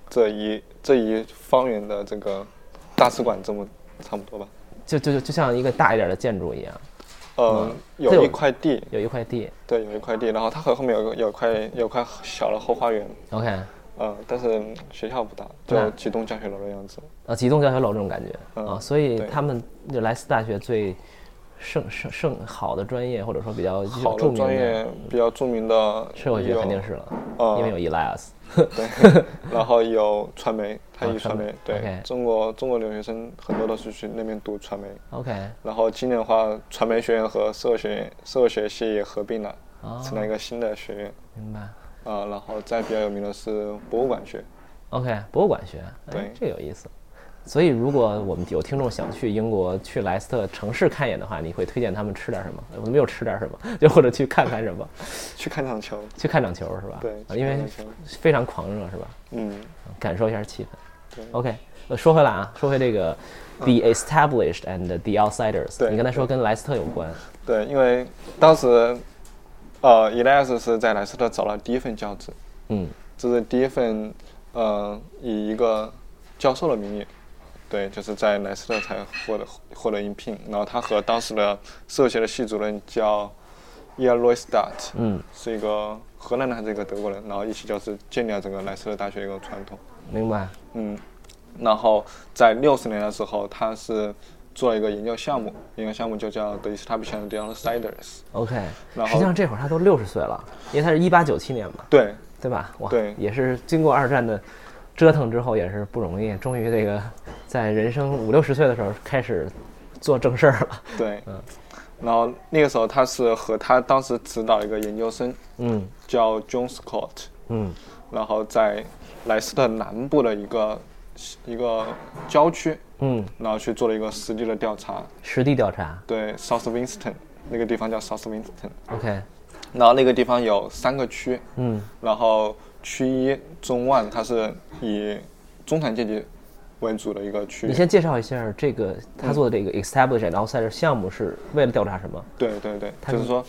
B: 这一这一方圆的这个大使馆这么差不多吧。
A: 就就就就像一个大一点的建筑一样。
B: 呃，
A: 它
B: 有
A: 有
B: 一块地，
A: 有一块地
B: 对，有一块地，然后它和后面有个有块有块小的后花园，
A: ，OK，
B: 呃，但是嗯学校不大，
A: 那
B: 就几栋教学楼的样子。
A: 啊，几栋教学楼这种感觉、啊，
B: 嗯
A: 所以
B: 对
A: 他们就莱斯大学最盛盛盛好的专业，或者说比较
B: 好
A: 著
B: 的
A: 名
B: 专
A: 的嗯
B: 业比较著名的
A: 社会学
B: 有
A: 肯定是了，
B: 嗯
A: 因为有 Elias，
B: 对，然后有传媒，他
A: 啊
B: 以
A: 传
B: 传
A: 媒
B: 媒，对
A: OK，
B: 中国中国留学生很多都是去那边读传媒。
A: OK，
B: 然后今年的话，传媒学院和社会学院社会学系也合并了，
A: 哦
B: 成了一个新的学院。
A: 明白。
B: 啊、然后再比较有名的是博物馆学，
A: OK，博物馆学，哎
B: 对，
A: 这有意思。所以，如果我们有听众想去英国去莱斯特城市看一眼的话，你会推荐他们吃点什么？呃没有吃点什么， 就或者去看看什么，
B: 去看场球。
A: 去看场球是吧？
B: 对
A: 啊
B: 去
A: 因为
B: 看场球
A: 非常狂热是吧？
B: 嗯，
A: 感受一下气氛。
B: 对嗯
A: OK，呃说回来啊，说回这个 The Established and the Outsiders，
B: 对
A: 你刚才说跟莱斯特有关，
B: 对，因为当时，呃，Elias 是在莱斯特找了第一份教职，
A: 嗯
B: 这是第一份，呃，以一个教授的名义，对，就是在莱斯特才获得获得应聘。然后他和当时的社会学的系主任叫伊尔罗伊斯达特，
A: 嗯，
B: 是一个荷兰人还是一个德国人，然后一起就是建立了整个莱斯特大学一个传统。
A: 明白。
B: 嗯，然后在六十年的时候，他是做了一个研究项目，研究项目就叫 The Establishment of the Outsiders。
A: OK，
B: 然后
A: 实际上这会儿他都六十岁了，因为他是一八九七年嘛，
B: 对，
A: 对吧？哇，
B: 对
A: 也是经过二战的折腾之后，也是不容易，终于这个在人生五六十岁的时候开始做正事儿了。
B: 对，
A: 嗯
B: 然后那个时候他是和他当时指导一个研究生
A: 嗯
B: 叫 John Scott，
A: 嗯
B: 然后在莱斯特南部的一个一个郊区，
A: 嗯，
B: 然后去做了一个实地的调查，
A: 实地调查。
B: 对 South Winston 那个地方叫 South Winston，
A: OK，
B: 然后那个地方有三个区，
A: 嗯
B: 然后区一中万它是以中产阶级为主的一个区
A: 你
B: 域，
A: 先介绍一下这个他做的这个 Establish and Outsider 项目是为了调查什么？
B: 对对对，
A: 他
B: 就是
A: 们
B: 说，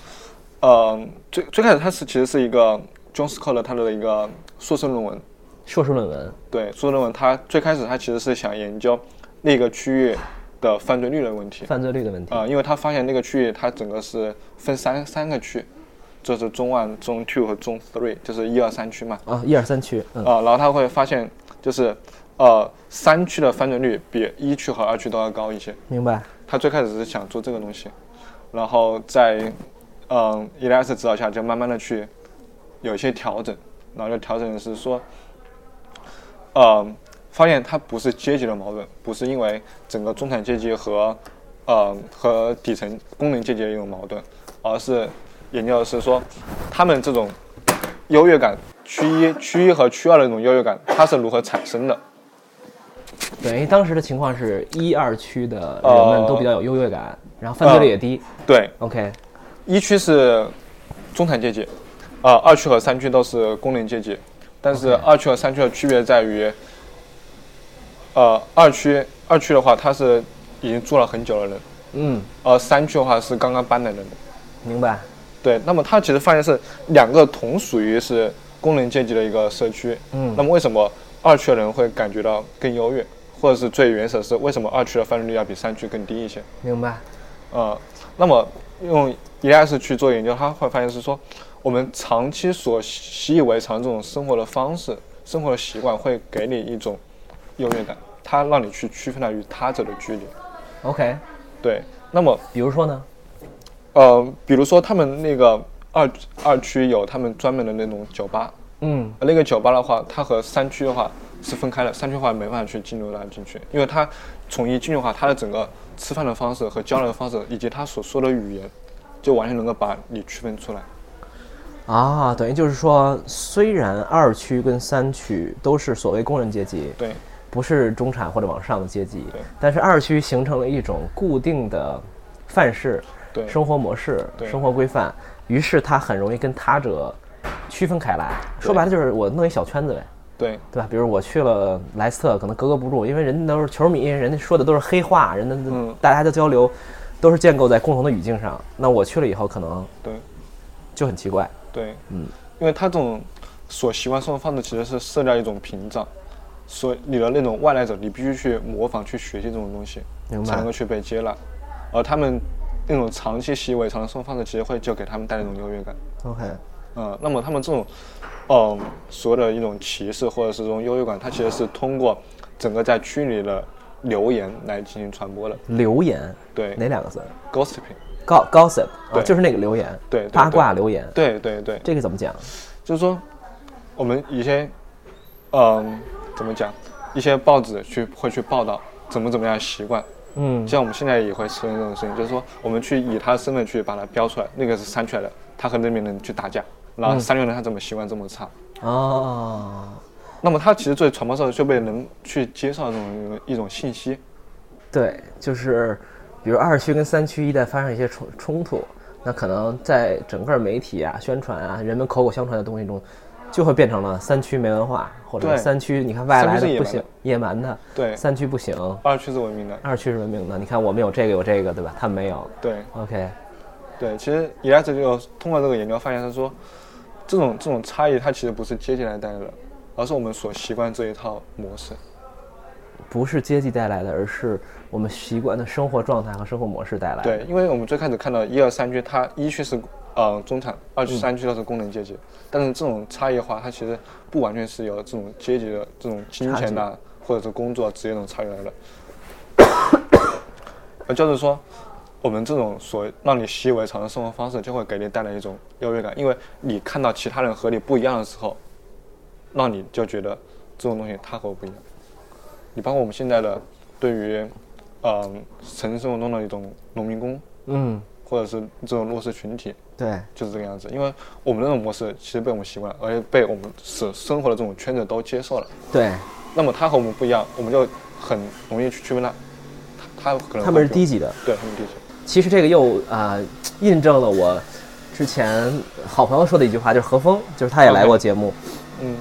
B: 呃，最最开始它是其实是一个 John Scott 他的一个硕士论文，
A: 硕士论文。
B: 对，硕士论文他最开始他其实是想研究那个区域的犯罪率的问题，
A: 犯罪率的问题。
B: 啊，因为他发现那个区域它整个是分三三个区，就是中 one、中 two 和中 three，就是一二三区嘛。
A: 啊，一二三区，嗯，
B: 啊，然后他会发现就是，呃，三区的犯罪率比一区和二区都要高一些。
A: 明白。
B: 他最开始是想做这个东西，然后在嗯伊莱斯指导下，就慢慢的去有一些调整，然后就调整的是说，呃，发现它不是阶级的矛盾，不是因为整个中产阶级和呃和底层工人阶级的一种矛盾，而是研究的是说他们这种优越感，区一、区一和区二的这种优越感，它是如何产生的？
A: 等于当时的情况是一二区的人们都比较有优越感，然后犯罪率也低。
B: 对，
A: OK，
B: 一区是中产阶级，呃，二区和三区都是工人阶级，但是
A: OK
B: 二区和三区的区别在于，呃，二区二区的话，他是已经住了很久的人，
A: 嗯，
B: 而三区的话是刚刚搬的人。
A: 明白。
B: 对，那么他其实发现是两个同属于是工人阶级的一个社区，
A: 嗯
B: 那么为什么二区的人会感觉到更优越，或者是最原始的是为什么二区的犯罪率要比三区更低一些？
A: 明白。
B: 呃，那么用 ES 去做研究，他会发现是说，我们长期所习以为常这种生活的方式、生活的习惯，会给你一种优越感，它让你去区分它与他者的距离。
A: OK，
B: 对，那么
A: 比如说呢？
B: 呃，比如说他们那个二二区有他们专门的那种酒吧，
A: 嗯，
B: 那个酒吧的话，它和三区的话是分开的，三区的话没办法去进入它进去，因为它从一进去的话，它的整个吃饭的方式和交流的方式，以及它所说的语言，就完全能够把你区分出来。
A: 啊，等于就是说，虽然二区跟三区都是所谓工人阶级，
B: 对，
A: 不是中产或者往上的阶级
B: 对，
A: 但是二区形成了一种固定的范式、
B: 对
A: 生活模式、
B: 对
A: 生活规范，于是它很容易跟他者区分开来。说白了就是我弄一小圈子呗。
B: 对，
A: 对吧？比如我去了莱斯特，可能格格不入，因为人家都是球迷，人家说的都是黑话，人家、
B: 嗯
A: 大家的交流都是建构在共同的语境上。那我去了以后，可能
B: 对，
A: 就很奇怪。
B: 对，嗯，因为它这种所习惯生活方式其实是设掉一种屏障，所以你的那种外来者，你必须去模仿、去学习这种东西
A: 明，白
B: 才能够去被接纳。而他们那种长期习以为常的生活方式，其实会就给他们带来一种优越感。
A: OK，
B: 嗯，那么他们这种，嗯、所有的一种歧视或者是这种优越感，它其实是通过整个在区里的留言来进行传播的。
A: 留言
B: 对
A: 哪两个字
B: ，gossiping，
A: ？go gossip 啊，
B: 对
A: 就是那个留言，
B: 对对
A: 八卦留言，
B: 对对对，
A: 这个怎么讲？
B: 就是说，我们一些，嗯、怎么讲，一些报纸去会去报道怎么怎么样习惯，
A: 嗯
B: 像我们现在也会出现这种事情，就是说我们去以他的身份去把他标出来，那个是删出来的，他和那边人去打架，然后删掉了他怎么习惯这么差。
A: 哦，
B: 那么他其实最传播社就被人去接受的这种一种信息，
A: 对，就是比如二区跟三区一旦发生一些冲冲突，那可能在整个媒体啊、宣传啊、人们口口相传的东西中，就会变成了三区没文化，或者
B: 对
A: 是三区你看外来
B: 三区是
A: 的
B: 野
A: 不
B: 蛮
A: 行
B: 的，
A: 野蛮的，
B: 对
A: 三区不行，
B: 二区是文明的，
A: 二区是文明的。你看我们有这个有这个，对吧？他们没有。
B: 对
A: OK，
B: 对，其实也在这就通过这个研究发现，他说这种这种差异它其实不是阶级来带来的，而是我们所习惯这一套模式。
A: 不是阶级带来的，而是我们习惯的生活状态和生活模式带来的。
B: 对，因为我们最开始看到一二三区，它一区是呃中产，二区三区都是工人阶级，但是这种差异化，它其实不完全是由这种阶级的这种金钱呐、或者是工作职业这种差异来 的。呃，就是说，我们这种所让你习以为常的生活方式，就会给你带来一种优越感，因为你看到其他人和你不一样的时候，让你就觉得这种东西他和我不一样。你包括我们现在的对于，嗯、城市生活中的一种农民工，
A: 嗯，
B: 或者是这种弱势群体，
A: 对，
B: 就是这个样子。因为我们这种模式其实被我们习惯了，而且被我们所生活的这种圈子都接受了。
A: 对，
B: 那么他和我们不一样，我们就很容易去区分他，他他可能
A: 他们是
B: 会
A: 低
B: 比
A: 级的。
B: 我，对，他们低级，
A: 其实这个又啊、呃印证了我之前好朋友说的一句话，就是何峰，就是他也来过节目
B: 嗯，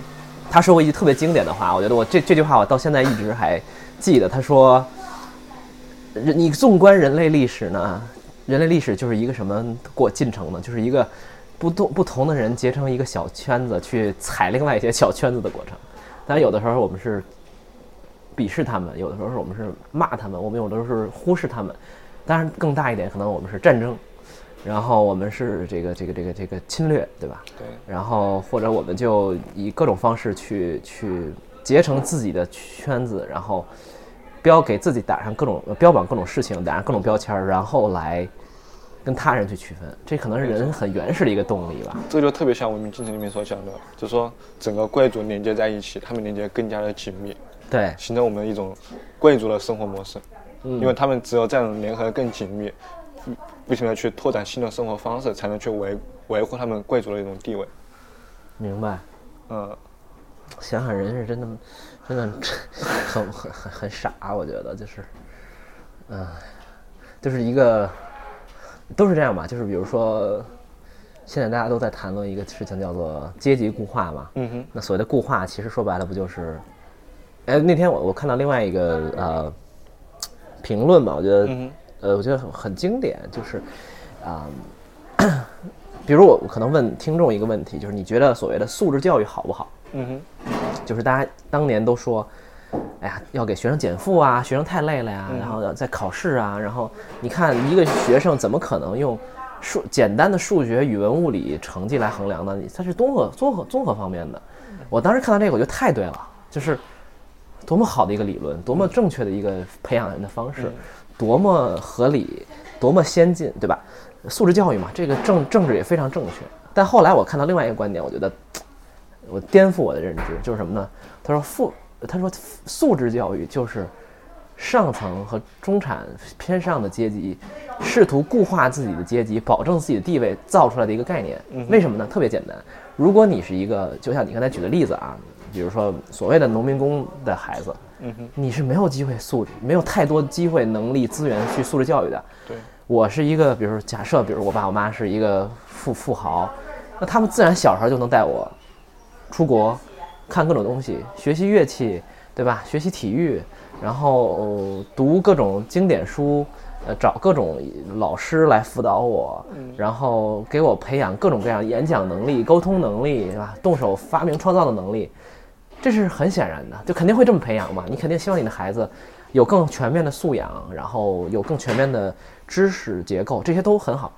A: 他说过一句特别经典的话，我觉得我这这句话我到现在一直还记得。他说：“人你纵观人类历史呢，人类历史就是一个什么过进程呢？就是一个不同不同的人结成一个小圈子去踩另外一些小圈子的过程。当然，有的时候我们是鄙视他们，有的时候是我们是骂他们，我们有的时候是忽视他们。当然，更大一点，可能我们是战争，然后我们是这个这个这个这个侵略，对吧？
B: 对。
A: 然后或者我们就以各种方式去去结成自己的圈子，然后标给自己打上各种呃标榜各种事情，打上各种标签儿，然后来跟他人去区分。这可能是人很原始的一个动力吧。
B: 这就特别像《文明进程》里面所讲的，就说整个贵族连接在一起，他们连接更加的紧密，
A: 对，
B: 形成我们一种贵族的生活模式。
A: 嗯
B: 因为他们只有这样联合得更紧密，嗯不停的去拓展新的生活方式，才能去维维护他们贵族的一种地位。
A: 明白。
B: 嗯，
A: 想想人是真的，真的很很很很傻，啊我觉得就是，嗯、就是一个都是这样吧，就是比如说，现在大家都在谈论一个事情叫做阶级固化嘛，
B: 嗯哼，
A: 那所谓的固化，其实说白了不就是，哎，那天我我看到另外一个呃评论吧，我觉得、
B: 嗯
A: 呃，我觉得很很经典，就是啊、 比如我我可能问听众一个问题，就是你觉得所谓的素质教育好不好？
B: 嗯哼，
A: 就是大家当年都说，哎呀，要给学生减负啊，学生太累了呀，然后要在考试啊，然后你看一个学生怎么可能用数简单的数学、语文、物理成绩来衡量呢？你它是综合、综合、综合方面的。我当时看到这个，我觉得太对了，就是多么好的一个理论，多么正确的一个培养人的方式，多么合理，多么先进，对吧？素质教育嘛，这个政政治也非常正确。但后来我看到另外一个观点，我觉得我颠覆我的认知，就是什么呢？他说富，他说素质教育就是上层和中产偏上的阶级试图固化自己的阶级，保证自己的地位造出来的一个概念。
B: 嗯
A: 为什么呢？特别简单，如果你是一个，就像你刚才举的例子啊，比如说所谓的农民工的孩子，
B: 嗯哼，
A: 你是没有机会素质，没有太多机会、能力、资源去素质教育的。
B: 对，
A: 我是一个，比如说假设，比如我爸我妈是一个富富豪，那他们自然小时候就能带我出国看各种东西，学习乐器，对吧？学习体育，然后、呃读各种经典书，呃，找各种老师来辅导我，然后给啊我培养各种各样演讲能力、沟通能力，对吧？动手发明创造的能力。这是很显然的，就肯定会这么培养嘛。你肯定希望你的孩子有更全面的素养，然后有更全面的知识结构，这些都很好。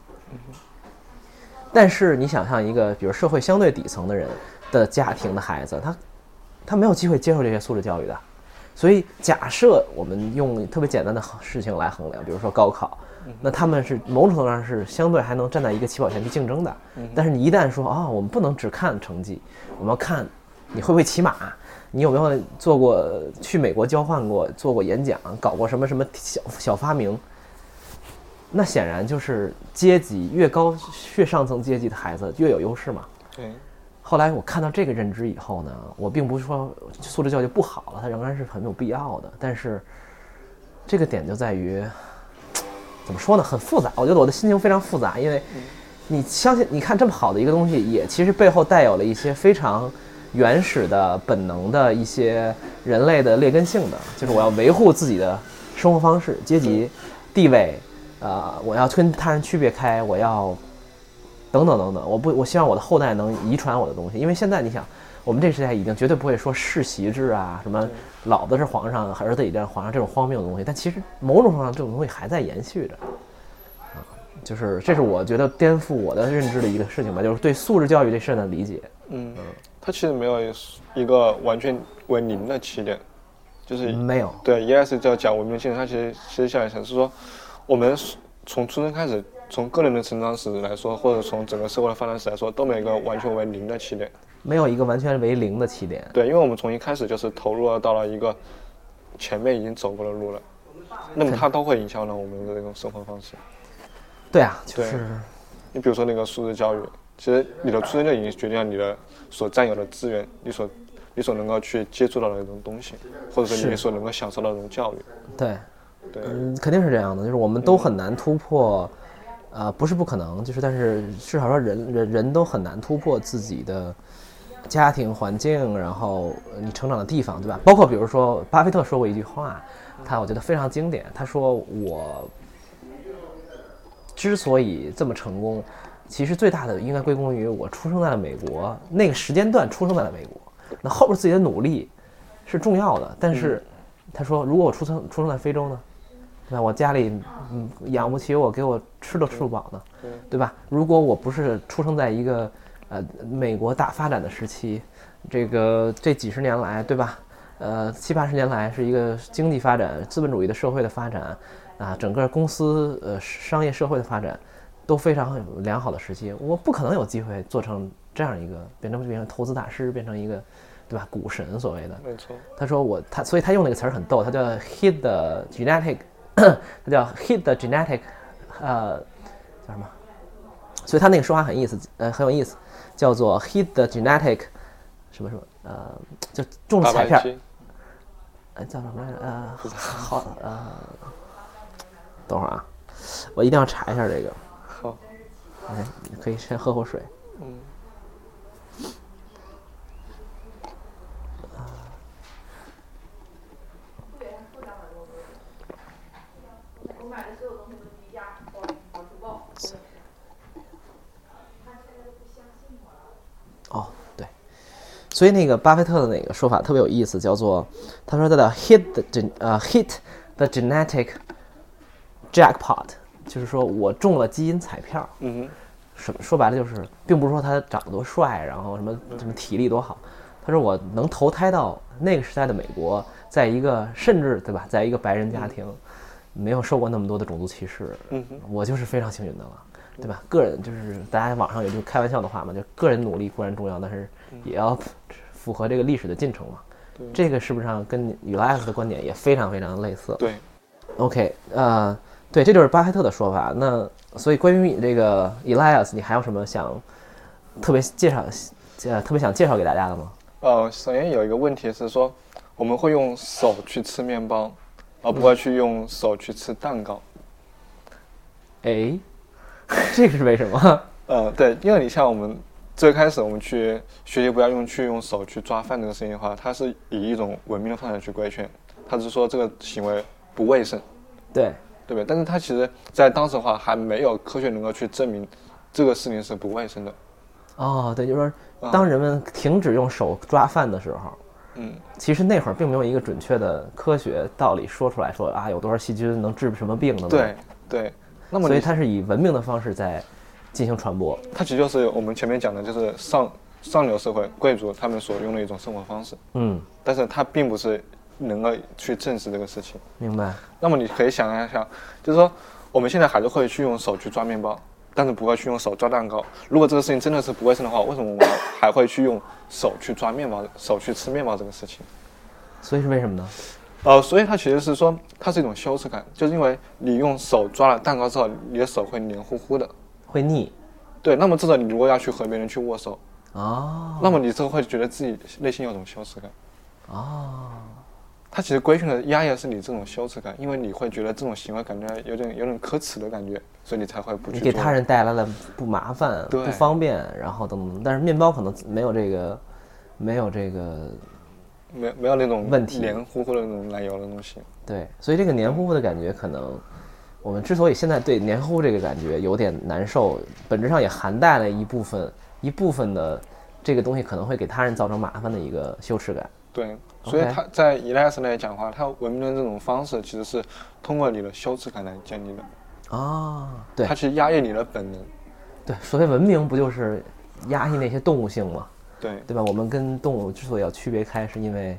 A: 但是你想象一个，比如社会相对底层的人的家庭的孩子，他他没有机会接受这些素质教育的。所以假设我们用特别简单的事情来衡量，比如说高考，那他们是某种程度上是相对还能站在一个起跑线去竞争的。但是你一旦说啊、我们不能只看成绩，我们要看你会不会骑马，你有没有做过去美国交换过，做过演讲，搞过什么什么小小发明，那显然就是阶级越高越上层阶级的孩子越有优势嘛。
B: 对，
A: 后来我看到这个认知以后呢，我并不是说素质教育不好了，它仍然是很有必要的。但是这个点就在于，怎么说呢，很复杂。我觉得我的心情非常复杂，因为你相信，你看这么好的一个东西，也其实背后带有了一些非常原始的本能的一些人类的劣根性的，就是我要维护自己的生活方式、阶级、地位，啊、我要跟他人区别开，我要等等等等，我不，我希望我的后代能遗传我的东西，因为现在你想，我们这个时代已经绝对不会说世袭制啊，什么老子是皇上，儿子也当皇上这种荒谬的东西，但其实某种程度上这种东西还在延续着，啊，就是这是我觉得颠覆我的认知的一个事情吧，就是对素质教育这事儿的理解，
B: 嗯，它其实没有一个完全为零的起点，就是
A: 没有，
B: 对，一开始就要讲文明精神，它其实其实想一想是说，我们从出生开始，从个人的成长史来说，或者从整个社会的发展史来说，都没有一个完全为零的起点。
A: 没有一个完全为零的起点，
B: 对，因为我们从一开始就是投入了到了一个前面已经走过的路了，那么它都会影响到我们的这种生活方式。
A: 对啊，就
B: 对
A: 是
B: 你比如说那个素质教育，其实你的出生就已经决定了你的所占有的资源，你所你所能够去接触到的那种东西，或者说
A: 是
B: 你所能够享受到的那种教育。
A: 对。
B: 对，
A: 嗯，肯定是这样的，就是我们都很难突破，呃，不是不可能，就是但是至少说人人人都很难突破自己的家庭环境，然后呃你成长的地方，对吧？包括比如说巴菲特说过一句话，他我觉得非常经典，他说我之所以这么成功，其实最大的应该归功于我出生在了美国，那个时间段出生在了美国，那后边自己的努力是重要的，但是他说如果我出生出生在非洲呢？那我家里嗯养不起我，给我吃都吃不饱呢，对吧？如果我不是出生在一个呃美国大发展的时期，这个这几十年来，对吧？呃，七八十年来是一个经济发展、资本主义的社会的发展啊，整个公司呃商业社会的发展都非常良好的时期，我不可能有机会做成这样一个变成变成投资大师，变成一个对吧股神所谓的，
B: 没错。
A: 他说我他，所以他用那个词儿很逗，他叫 hit the genetic，他叫 hit the genetic，呃，叫什么？所以他那个说话很意思，呃，很有意思，叫做 hit the genetic，什么什么，呃，就中
B: 八
A: 彩
B: 百
A: 票，
B: 七
A: 呃，叫什么来着？ 呃，好，呃，等会儿啊，我一定要查一下这个。
B: 好，
A: 哎，可以先喝口水。
B: 嗯。
A: 哦，对，所以那个巴菲特的那个说法特别有意思，叫做他说他的 hit the gen- 呃 hit the genetic jackpot，就是说我中了基因彩票。
B: 嗯
A: 什么说白了就是，并不是说他长得多帅，然后什么
B: 嗯
A: 什么体力多好，他说我能投胎到那个时代的美国，在一个甚至对吧，在一个白人家庭，没有受过那么多的种族歧视，
B: 嗯哼嗯
A: 我就是非常幸运的了，对吧？个人就是大家网上有句开玩笑的话嘛，就个人努力固然重要，但是
B: 嗯
A: 也要符合这个历史的进程嘛。这个是不是上跟与拉克的观点也非常非常类似？
B: 对，
A: OK，呃，对，这就是巴菲特的说法。那所以关于你这个 Elias，你还有什么想特别介绍、呃特别想介绍给大家的吗？
B: 呃，首先有一个问题是说，我们会用手去吃面包，而不会去用手去吃蛋糕。
A: 哎， 这个是为什 么？
B: 呃，对，因为你像我们最开始我们去学习不要用去用手去抓饭这个事情的话，它是以一种文明的方式去规劝，它是说这个行为不卫生，
A: 对，
B: 对不对？但是它其实在当时的话还没有科学能够去证明这个事情是不卫生的。啊
A: 哦，对，就是说，当人们停止用手抓饭的时候，
B: 嗯，
A: 其实那会儿并没有一个准确的科学道理说出来说啊有多少细菌能治什么病的嘛，
B: 对对。那么
A: 所以
B: 你
A: 它是以文明的方式在进行传播。
B: 它其实就是我们前面讲的，就是上上流社会贵族他们所用的一种生活方式，
A: 嗯，
B: 但是它并不是能够去证实这个事情。
A: 明白。
B: 那么你可以想象一下，就是说我们现在还是会去用手去抓面包，但是不会去用手抓蛋糕。如果这个事情真的是不卫生的话，为什么我们还会去用手去抓面包、手去吃面包这个事情？
A: 所以是为什么呢？
B: 呃，所以它其实是说，它是一种羞耻感，就是因为你用手抓了蛋糕之后，你的手会黏糊糊的。
A: 会腻。
B: 对，那么这种你如果要去和别人去握手，
A: 哦
B: 那么你就会觉得自己内心有种羞耻感。
A: 哦，
B: 它其实规训的压抑的是你这种羞耻感，因为你会觉得这种行为感觉有点有点可耻的感觉，所以你才会不去
A: 你给
B: 做。
A: 他人带来了不麻烦、
B: 对
A: 不方便，然后等等等。但是面包可能没有这个，没有这个，
B: 没没有那种
A: 问题
B: 黏糊糊的那种奶油的东西。
A: 对。所以这个黏糊糊的感觉，可能我们之所以现在对黏糊这个感觉有点难受，本质上也涵盖了一部分一部分的这个东西可能会给他人造成麻烦的一个羞耻感。
B: 对，所以
A: OK
B: 它在依赖时代讲话，它文明的这种方式其实是通过你的羞耻感来建立的，啊
A: 哦，对
B: 它去压抑你的本能。
A: 对，所谓文明不就是压抑那些动物性吗？
B: 对
A: 对吧？我们跟动物之所以要区别开，是因为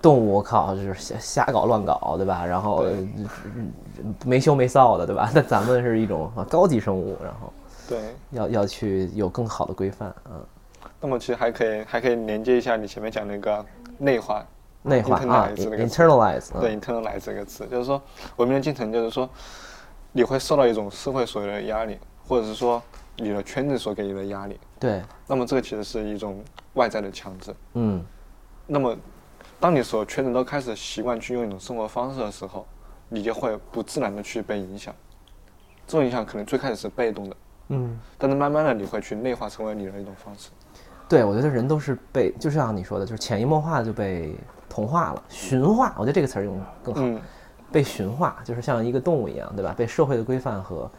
A: 动物靠就是瞎瞎搞乱搞，对吧？然后
B: 对
A: 呃没羞没臊的，对吧？那 咱们是一种啊高级生物，然后
B: 对，
A: 要要去有更好的规范啊，
B: 那么其实还可以还可以连接一下你前面讲那个内化，
A: 内化啊
B: internalize 那个
A: ，internalize
B: 词
A: 啊
B: 对 “internalize” 这个词，就是说文明的进程，就是说你会受到一种社会所有的压力，或者是说你的圈子所给你的压力，
A: 对，
B: 那么这个其实是一种外在的强制。
A: 嗯，
B: 那么，当你所全人都开始习惯去用一种生活方式的时候，你就会不自然的去被影响。这种影响可能最开始是被动的，
A: 嗯，
B: 但是慢慢的你会去内化成为你的一种方式。
A: 对，我觉得人都是被，就像你说的，就是潜移默化的就被同化了、驯化。我觉得这个词儿用更好。
B: 嗯，
A: 被驯化，就是像一个动物一样，对吧？被社会的规范和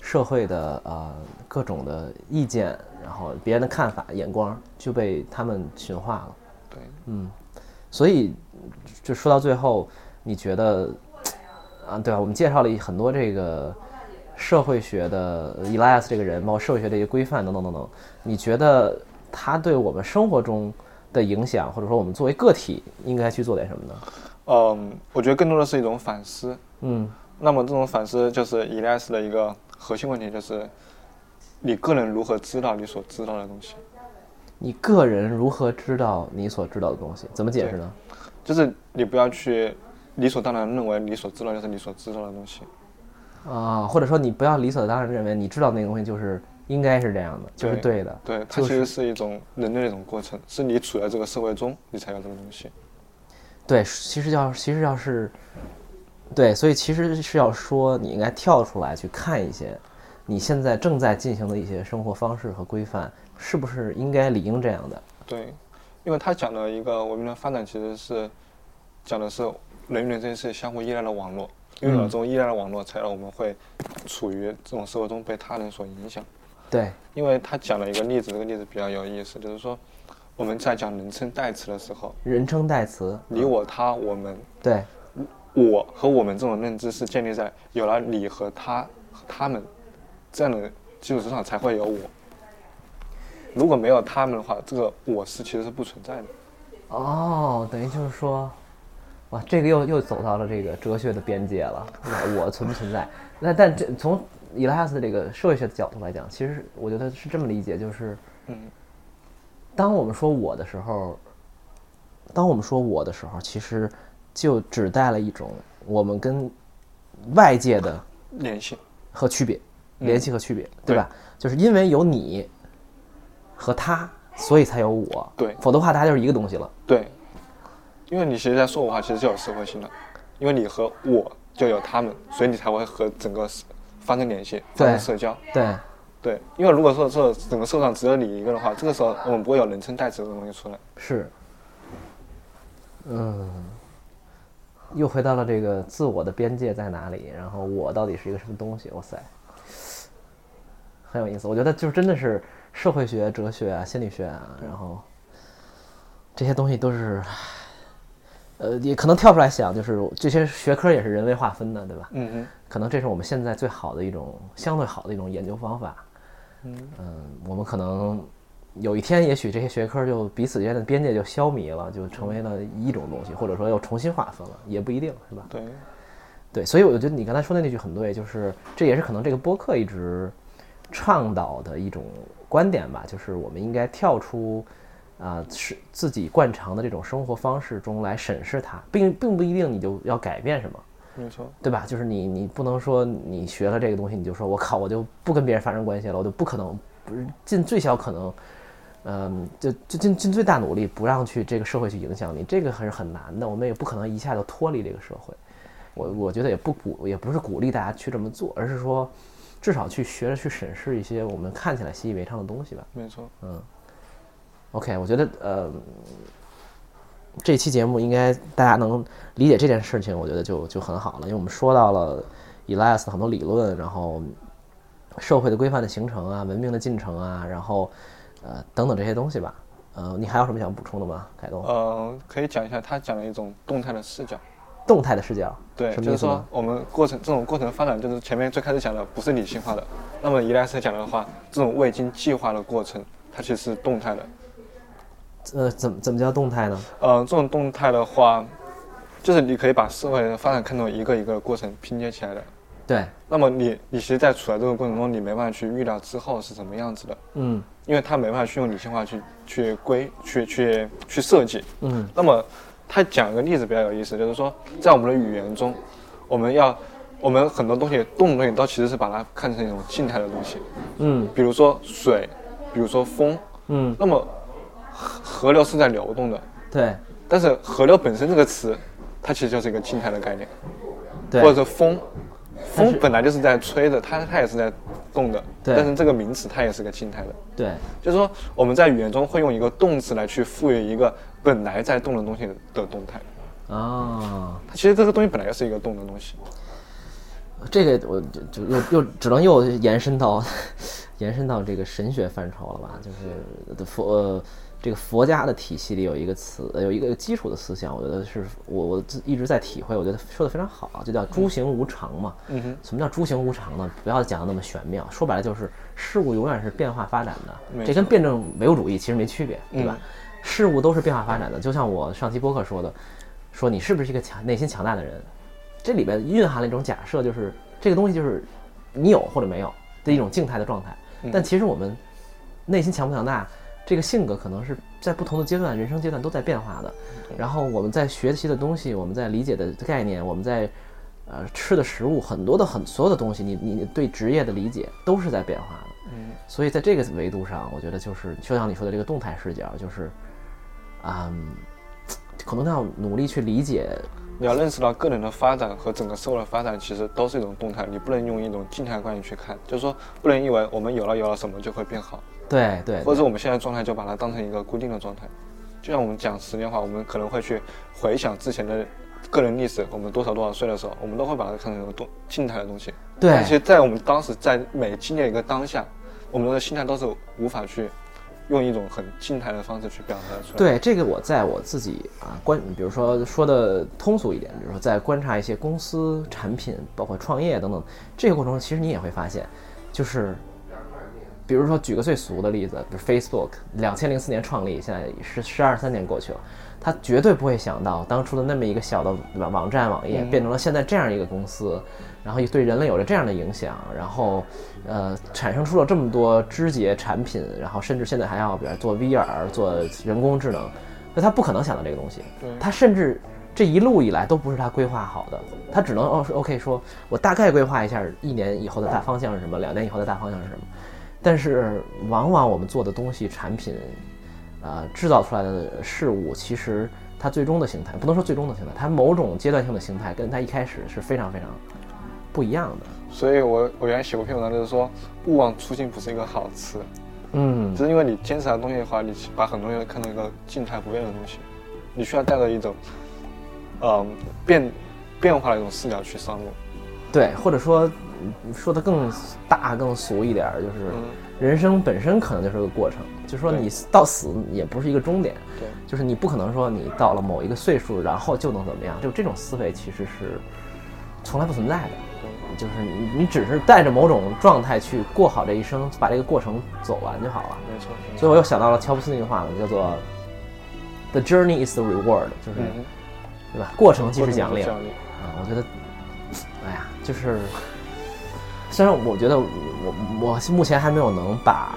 A: 社会的呃各种的意见，然后别人的看法、眼光就被他们驯化了。
B: 对。
A: 所以，就说到最后，你觉得啊，对吧？我们介绍了很多这个社会学的 Elias 这个人，包括社会学的一些规范等等等等。你觉得他对我们生活中的影响，或者说我们作为个体应该去做点什么呢？
B: 嗯，我觉得更多的是一种反思。
A: 嗯，
B: 那么这种反思就是依赖式的一个核心问题，就是你个人如何知道你所知道的东西。
A: 你个人如何知道你所知道的东西？怎么解释呢？
B: 就是你不要去理所当然地认为你所知道就是你所知道的东西。
A: 啊，或者说你不要理所当然地认为你知道那个东西就是应该是这样的，就是对的。
B: 对，它
A: 就
B: 其
A: 是
B: 实是一种人类的一种过程，是你处在这个社会中，你才有这个东西。
A: 对，其实要其实要是，对，所以其实是要说你应该跳出来去看一些你现在正在进行的一些生活方式和规范，是不是应该理应这样的？
B: 对，因为他讲的一个文明的发展，其实是讲的是人与人之间是相互依赖的网络，因为有了这种依赖的网络，才让我们会处于这种社会中被他人所影响。
A: 对，
B: 因为他讲了一个例子，这个例子比较有意思，就是说我们在讲人称代词的时候，
A: 人称代词，
B: 你、我、他、我们，
A: 对，
B: 我和我们这种认知是建立在有了你和他和他们这样的基础之上才会有我。如果没有他们的话，这个我是其实是不存在的。
A: 哦，等于就是说，哇，这个又又走到了这个哲学的边界了。那我存不存在？那但这从伊拉斯的这个社会学的角度来讲，其实我觉得是这么理解，就是
B: 嗯，
A: 当我们说我的时候，当我们说我的时候，其实就指代了一种我们跟外界的
B: 联系，
A: 和区别，联系和区别，
B: 嗯
A: 对
B: 对
A: 吧？就是因为有你和他，所以才有我。
B: 对
A: 否则的话，大家就是一个东西了。
B: 对，因为你其实在说我话，其实是有社会性的，因为你和我就有他们，所以你才会和整个社发生联系，发生
A: 对
B: 社交。
A: 对。
B: 对，因为如果说这整个社会上只有你一个的话，这个时候我们不会有人称代词这种东西出来。
A: 是，嗯，又回到了这个自我的边界在哪里，然后我到底是一个什么东西？哇塞，很有意思。我觉得就是真的是社会学、哲学啊、心理学啊，然后这这些东西都是，呃，也可能跳出来想，就是这些学科也是人为划分的，对吧？
B: 嗯哼，
A: 可能这是我们现在最好的一种相对好的一种研究方法。
B: 嗯
A: 我们可能有一天，也许这些学科就彼此间的边界就消弭了，就成为了一种东西，或者说又重新划分了，也不一定是吧？
B: 对，
A: 对，所以我觉得你刚才说的那句很对，就是这也是可能这个播客一直倡导的一种观点吧，就是我们应该跳出啊、是自己惯常的这种生活方式中来审视它，并并不一定你就要改变什么。
B: 没错，
A: 对吧？就是你，你不能说你学了这个东西，你就说我靠，我就不跟别人发生关系了，我就不可能，不是尽最小可能，嗯，就就尽尽最大努力不让去这个社会去影响你，这个还是很难的。我们也不可能一下就脱离这个社会。我我觉得也不鼓，也不是鼓励大家去这么做，而是说，至少去学着去审视一些我们看起来习以为常的东西吧。
B: 没错，
A: OK，我觉得呃，这期节目应该大家能理解这件事情，我觉得就就很好了，因为我们说到了 Elias 的很多理论，然后社会的规范的形成啊，文明的进程啊，然后呃等等这些东西吧。呃，你还有什么想补充的吗，凯东？
B: 呃，可以讲一下他讲的一种动态的视角。
A: 动态的视角，
B: 对，
A: 什
B: 就
A: 么意
B: 是
A: 思
B: 说
A: 呢？
B: 我们过程这种过程发展，就是前面最开始讲的不是理性化的，那么一代斯讲的话，这种未经计划的过程，它其实是动态的。
A: 呃，怎么怎么叫动态呢？
B: 呃，这种动态的话，就是你可以把社会的发展看作一个一个过程拼接起来的。
A: 对，
B: 那么你你其实，在处在这个过程中，你没办法去预料之后是什么样子的，
A: 嗯
B: 因为它没办法去用理性化去去规去去去设计。
A: 嗯
B: 那么他讲一个例子比较有意思，就是说在我们的语言中，我们要我们很多东西动的东西都其实是把它看成一种静态的东西，
A: 嗯
B: 比如说水，比如说风。
A: 嗯，
B: 那么河河流是在流动的，
A: 对
B: 但是河流本身这个词，它其实就是一个静态的概念，或
A: 对
B: 者说风。
A: 但是
B: 风本来就是在吹的，它它也是在动的，
A: 对
B: 但是这个名词它也是个静态的，
A: 对
B: 就是说我们在语言中会用一个动词来去赋予一个本来在动的东西的动态。
A: 啊。
B: 其实这个东西本来就是一个动的东西，
A: 这个我就就又又只能又延伸到 延伸到这个神学范畴了吧？就是佛呃这个佛家的体系里有一个词，呃有一个基础的思想，我觉得是我我自一直在体会，我觉得说的非常好啊，就叫诸行无常嘛。
B: 嗯哼，
A: 什么叫诸行无常呢？不要讲的那么玄妙，说白了就是事物永远是变化发展的，
B: 没嗯
A: 这跟辩证唯物主义其实没区别，对吧？事物都是变化发展的，就像我上期播客说的，说你是不是一个强内心强大的人，这里边蕴含了一种假设，就是这个东西就是你有或者没有的一种静态的状态。但其实我们内心强不强大，这个性格可能是在不同的阶段、人生阶段都在变化的。然后我们在学习的东西，我们在理解的概念，我们在呃吃的食物，很多的很所有的东西，你你你对职业的理解都是在变化的。
B: 嗯，
A: 所以在这个维度上，我觉得就是就像你说的这个动态视角，就是啊、嗯可能要努力去理解
B: 你要认识到个人的发展和整个社会的发展其实都是一种动态，你不能用一种静态观念去看，就是说不能以为我们有了有了什么就会变好，
A: 对对，
B: 或者我们现在状态就把它当成一个固定的状态。就像我们讲十年话，我们可能会去回想之前的个人历史，我们多少多少岁的时候，我们都会把它看成一种动静态的东西。
A: 对
B: 而且在我们当时在每经历一个当下，我们的心态都是无法去用一种很静态的方式去表达出来。，
A: 对这个，我在我自己啊观，比如说说的通俗一点，比如说在观察一些公司产品，包括创业等等这个过程中，其实你也会发现，就是比如说举个最俗的例子，比如 Facebook，两千零四年创立，现在十十二三年过去了，他绝对不会想到当初的那么一个小的网网站网页变成了现在这样一个公司，然后也对人类有着这样的影响，然后呃产生出了这么多肢节产品，然后甚至现在还要比如做 VR 做人工智能，那他不可能想到这个东西，他甚至。这一路以来都不是他规划好的，他只能哦说 OK 说，我大概规划一下一年以后的大方向是什么，两年以后的大方向是什么，但是往往我们做的东西、产品，呃，制造出来的事物，其实它最终的形态，不能说最终的形态，它某种阶段性的形态，跟它一开始是非常非常不一样的。
B: 所以我我原来写过篇文章，就是说勿忘初心不是一个好词，
A: 嗯，
B: 只是因为你坚持的东西的话，你把很多东西看成一个静态不变的东西，你需要带着一种，呃嗯、变变化的一种视角去上路。
A: 对，或者说嗯说的更大、更俗一点儿，就是人生本身可能就是个过程，就说你到死也不是一个终点，
B: 对，
A: 就是你不可能说你到了某一个岁数，然后就能怎么样，就这种思维其实是从来不存在的。
B: 嗯
A: 就是你，你只是带着某种状态去过好这一生，把这个过程走完就好了。
B: 没错。没错
A: 所以我又想到了乔布斯那句话了，叫做 “The journey is the reward”，就是、
B: 嗯，
A: 对吧？过程即是奖励。
B: 奖励。
A: 啊，我觉得，哎呀，就是，虽然我觉得我我我目前还没有能把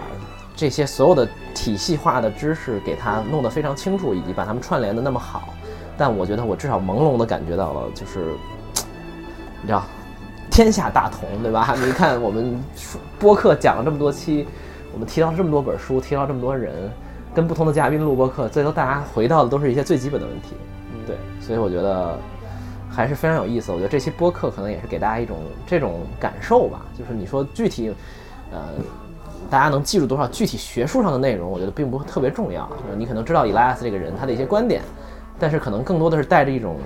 A: 这些所有的体系化的知识给它弄得非常清楚，以及把它们串联的那么好，但我觉得我至少朦胧的感觉到了，就是，你知道，天下大同，对吧？ 你看我们说播客讲了这么多期，我们提到了这么多本书，提到这么多人，跟不同的嘉宾录播客，最后大家回到的都是一些最基本的问题。
B: 嗯
A: 对，所以我觉得还是非常有意思。我觉得这期播客可能也是给大家一种这种感受吧，就是你说具体，呃，大家能记住多少具体学术上的内容，我觉得并不特别重要。啊就是你可能知道 Elias 这个人他的一些观点，但是可能更多的是带着一种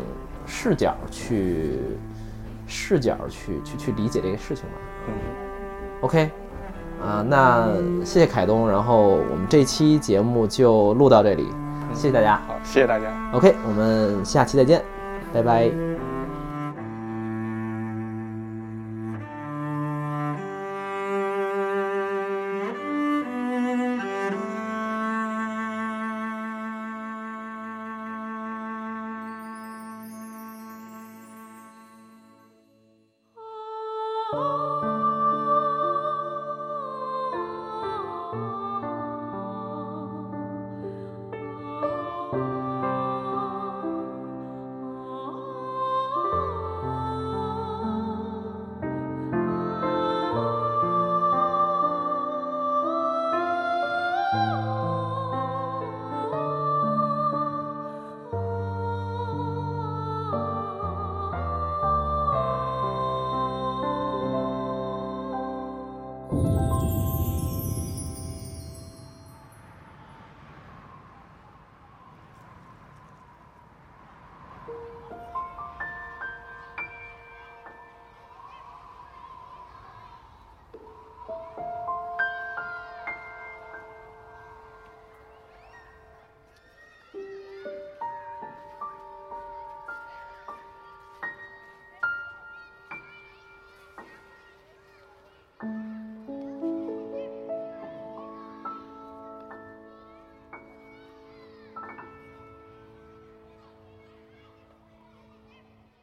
A: 视角去视角去去去理解这个事情吧。
B: 嗯，
A: OK，啊、那谢谢凯东，然后我们这期节目就录到这里，谢谢大家。
B: 好，谢谢大家。
A: OK，我们下期再见，拜拜。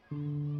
C: thank you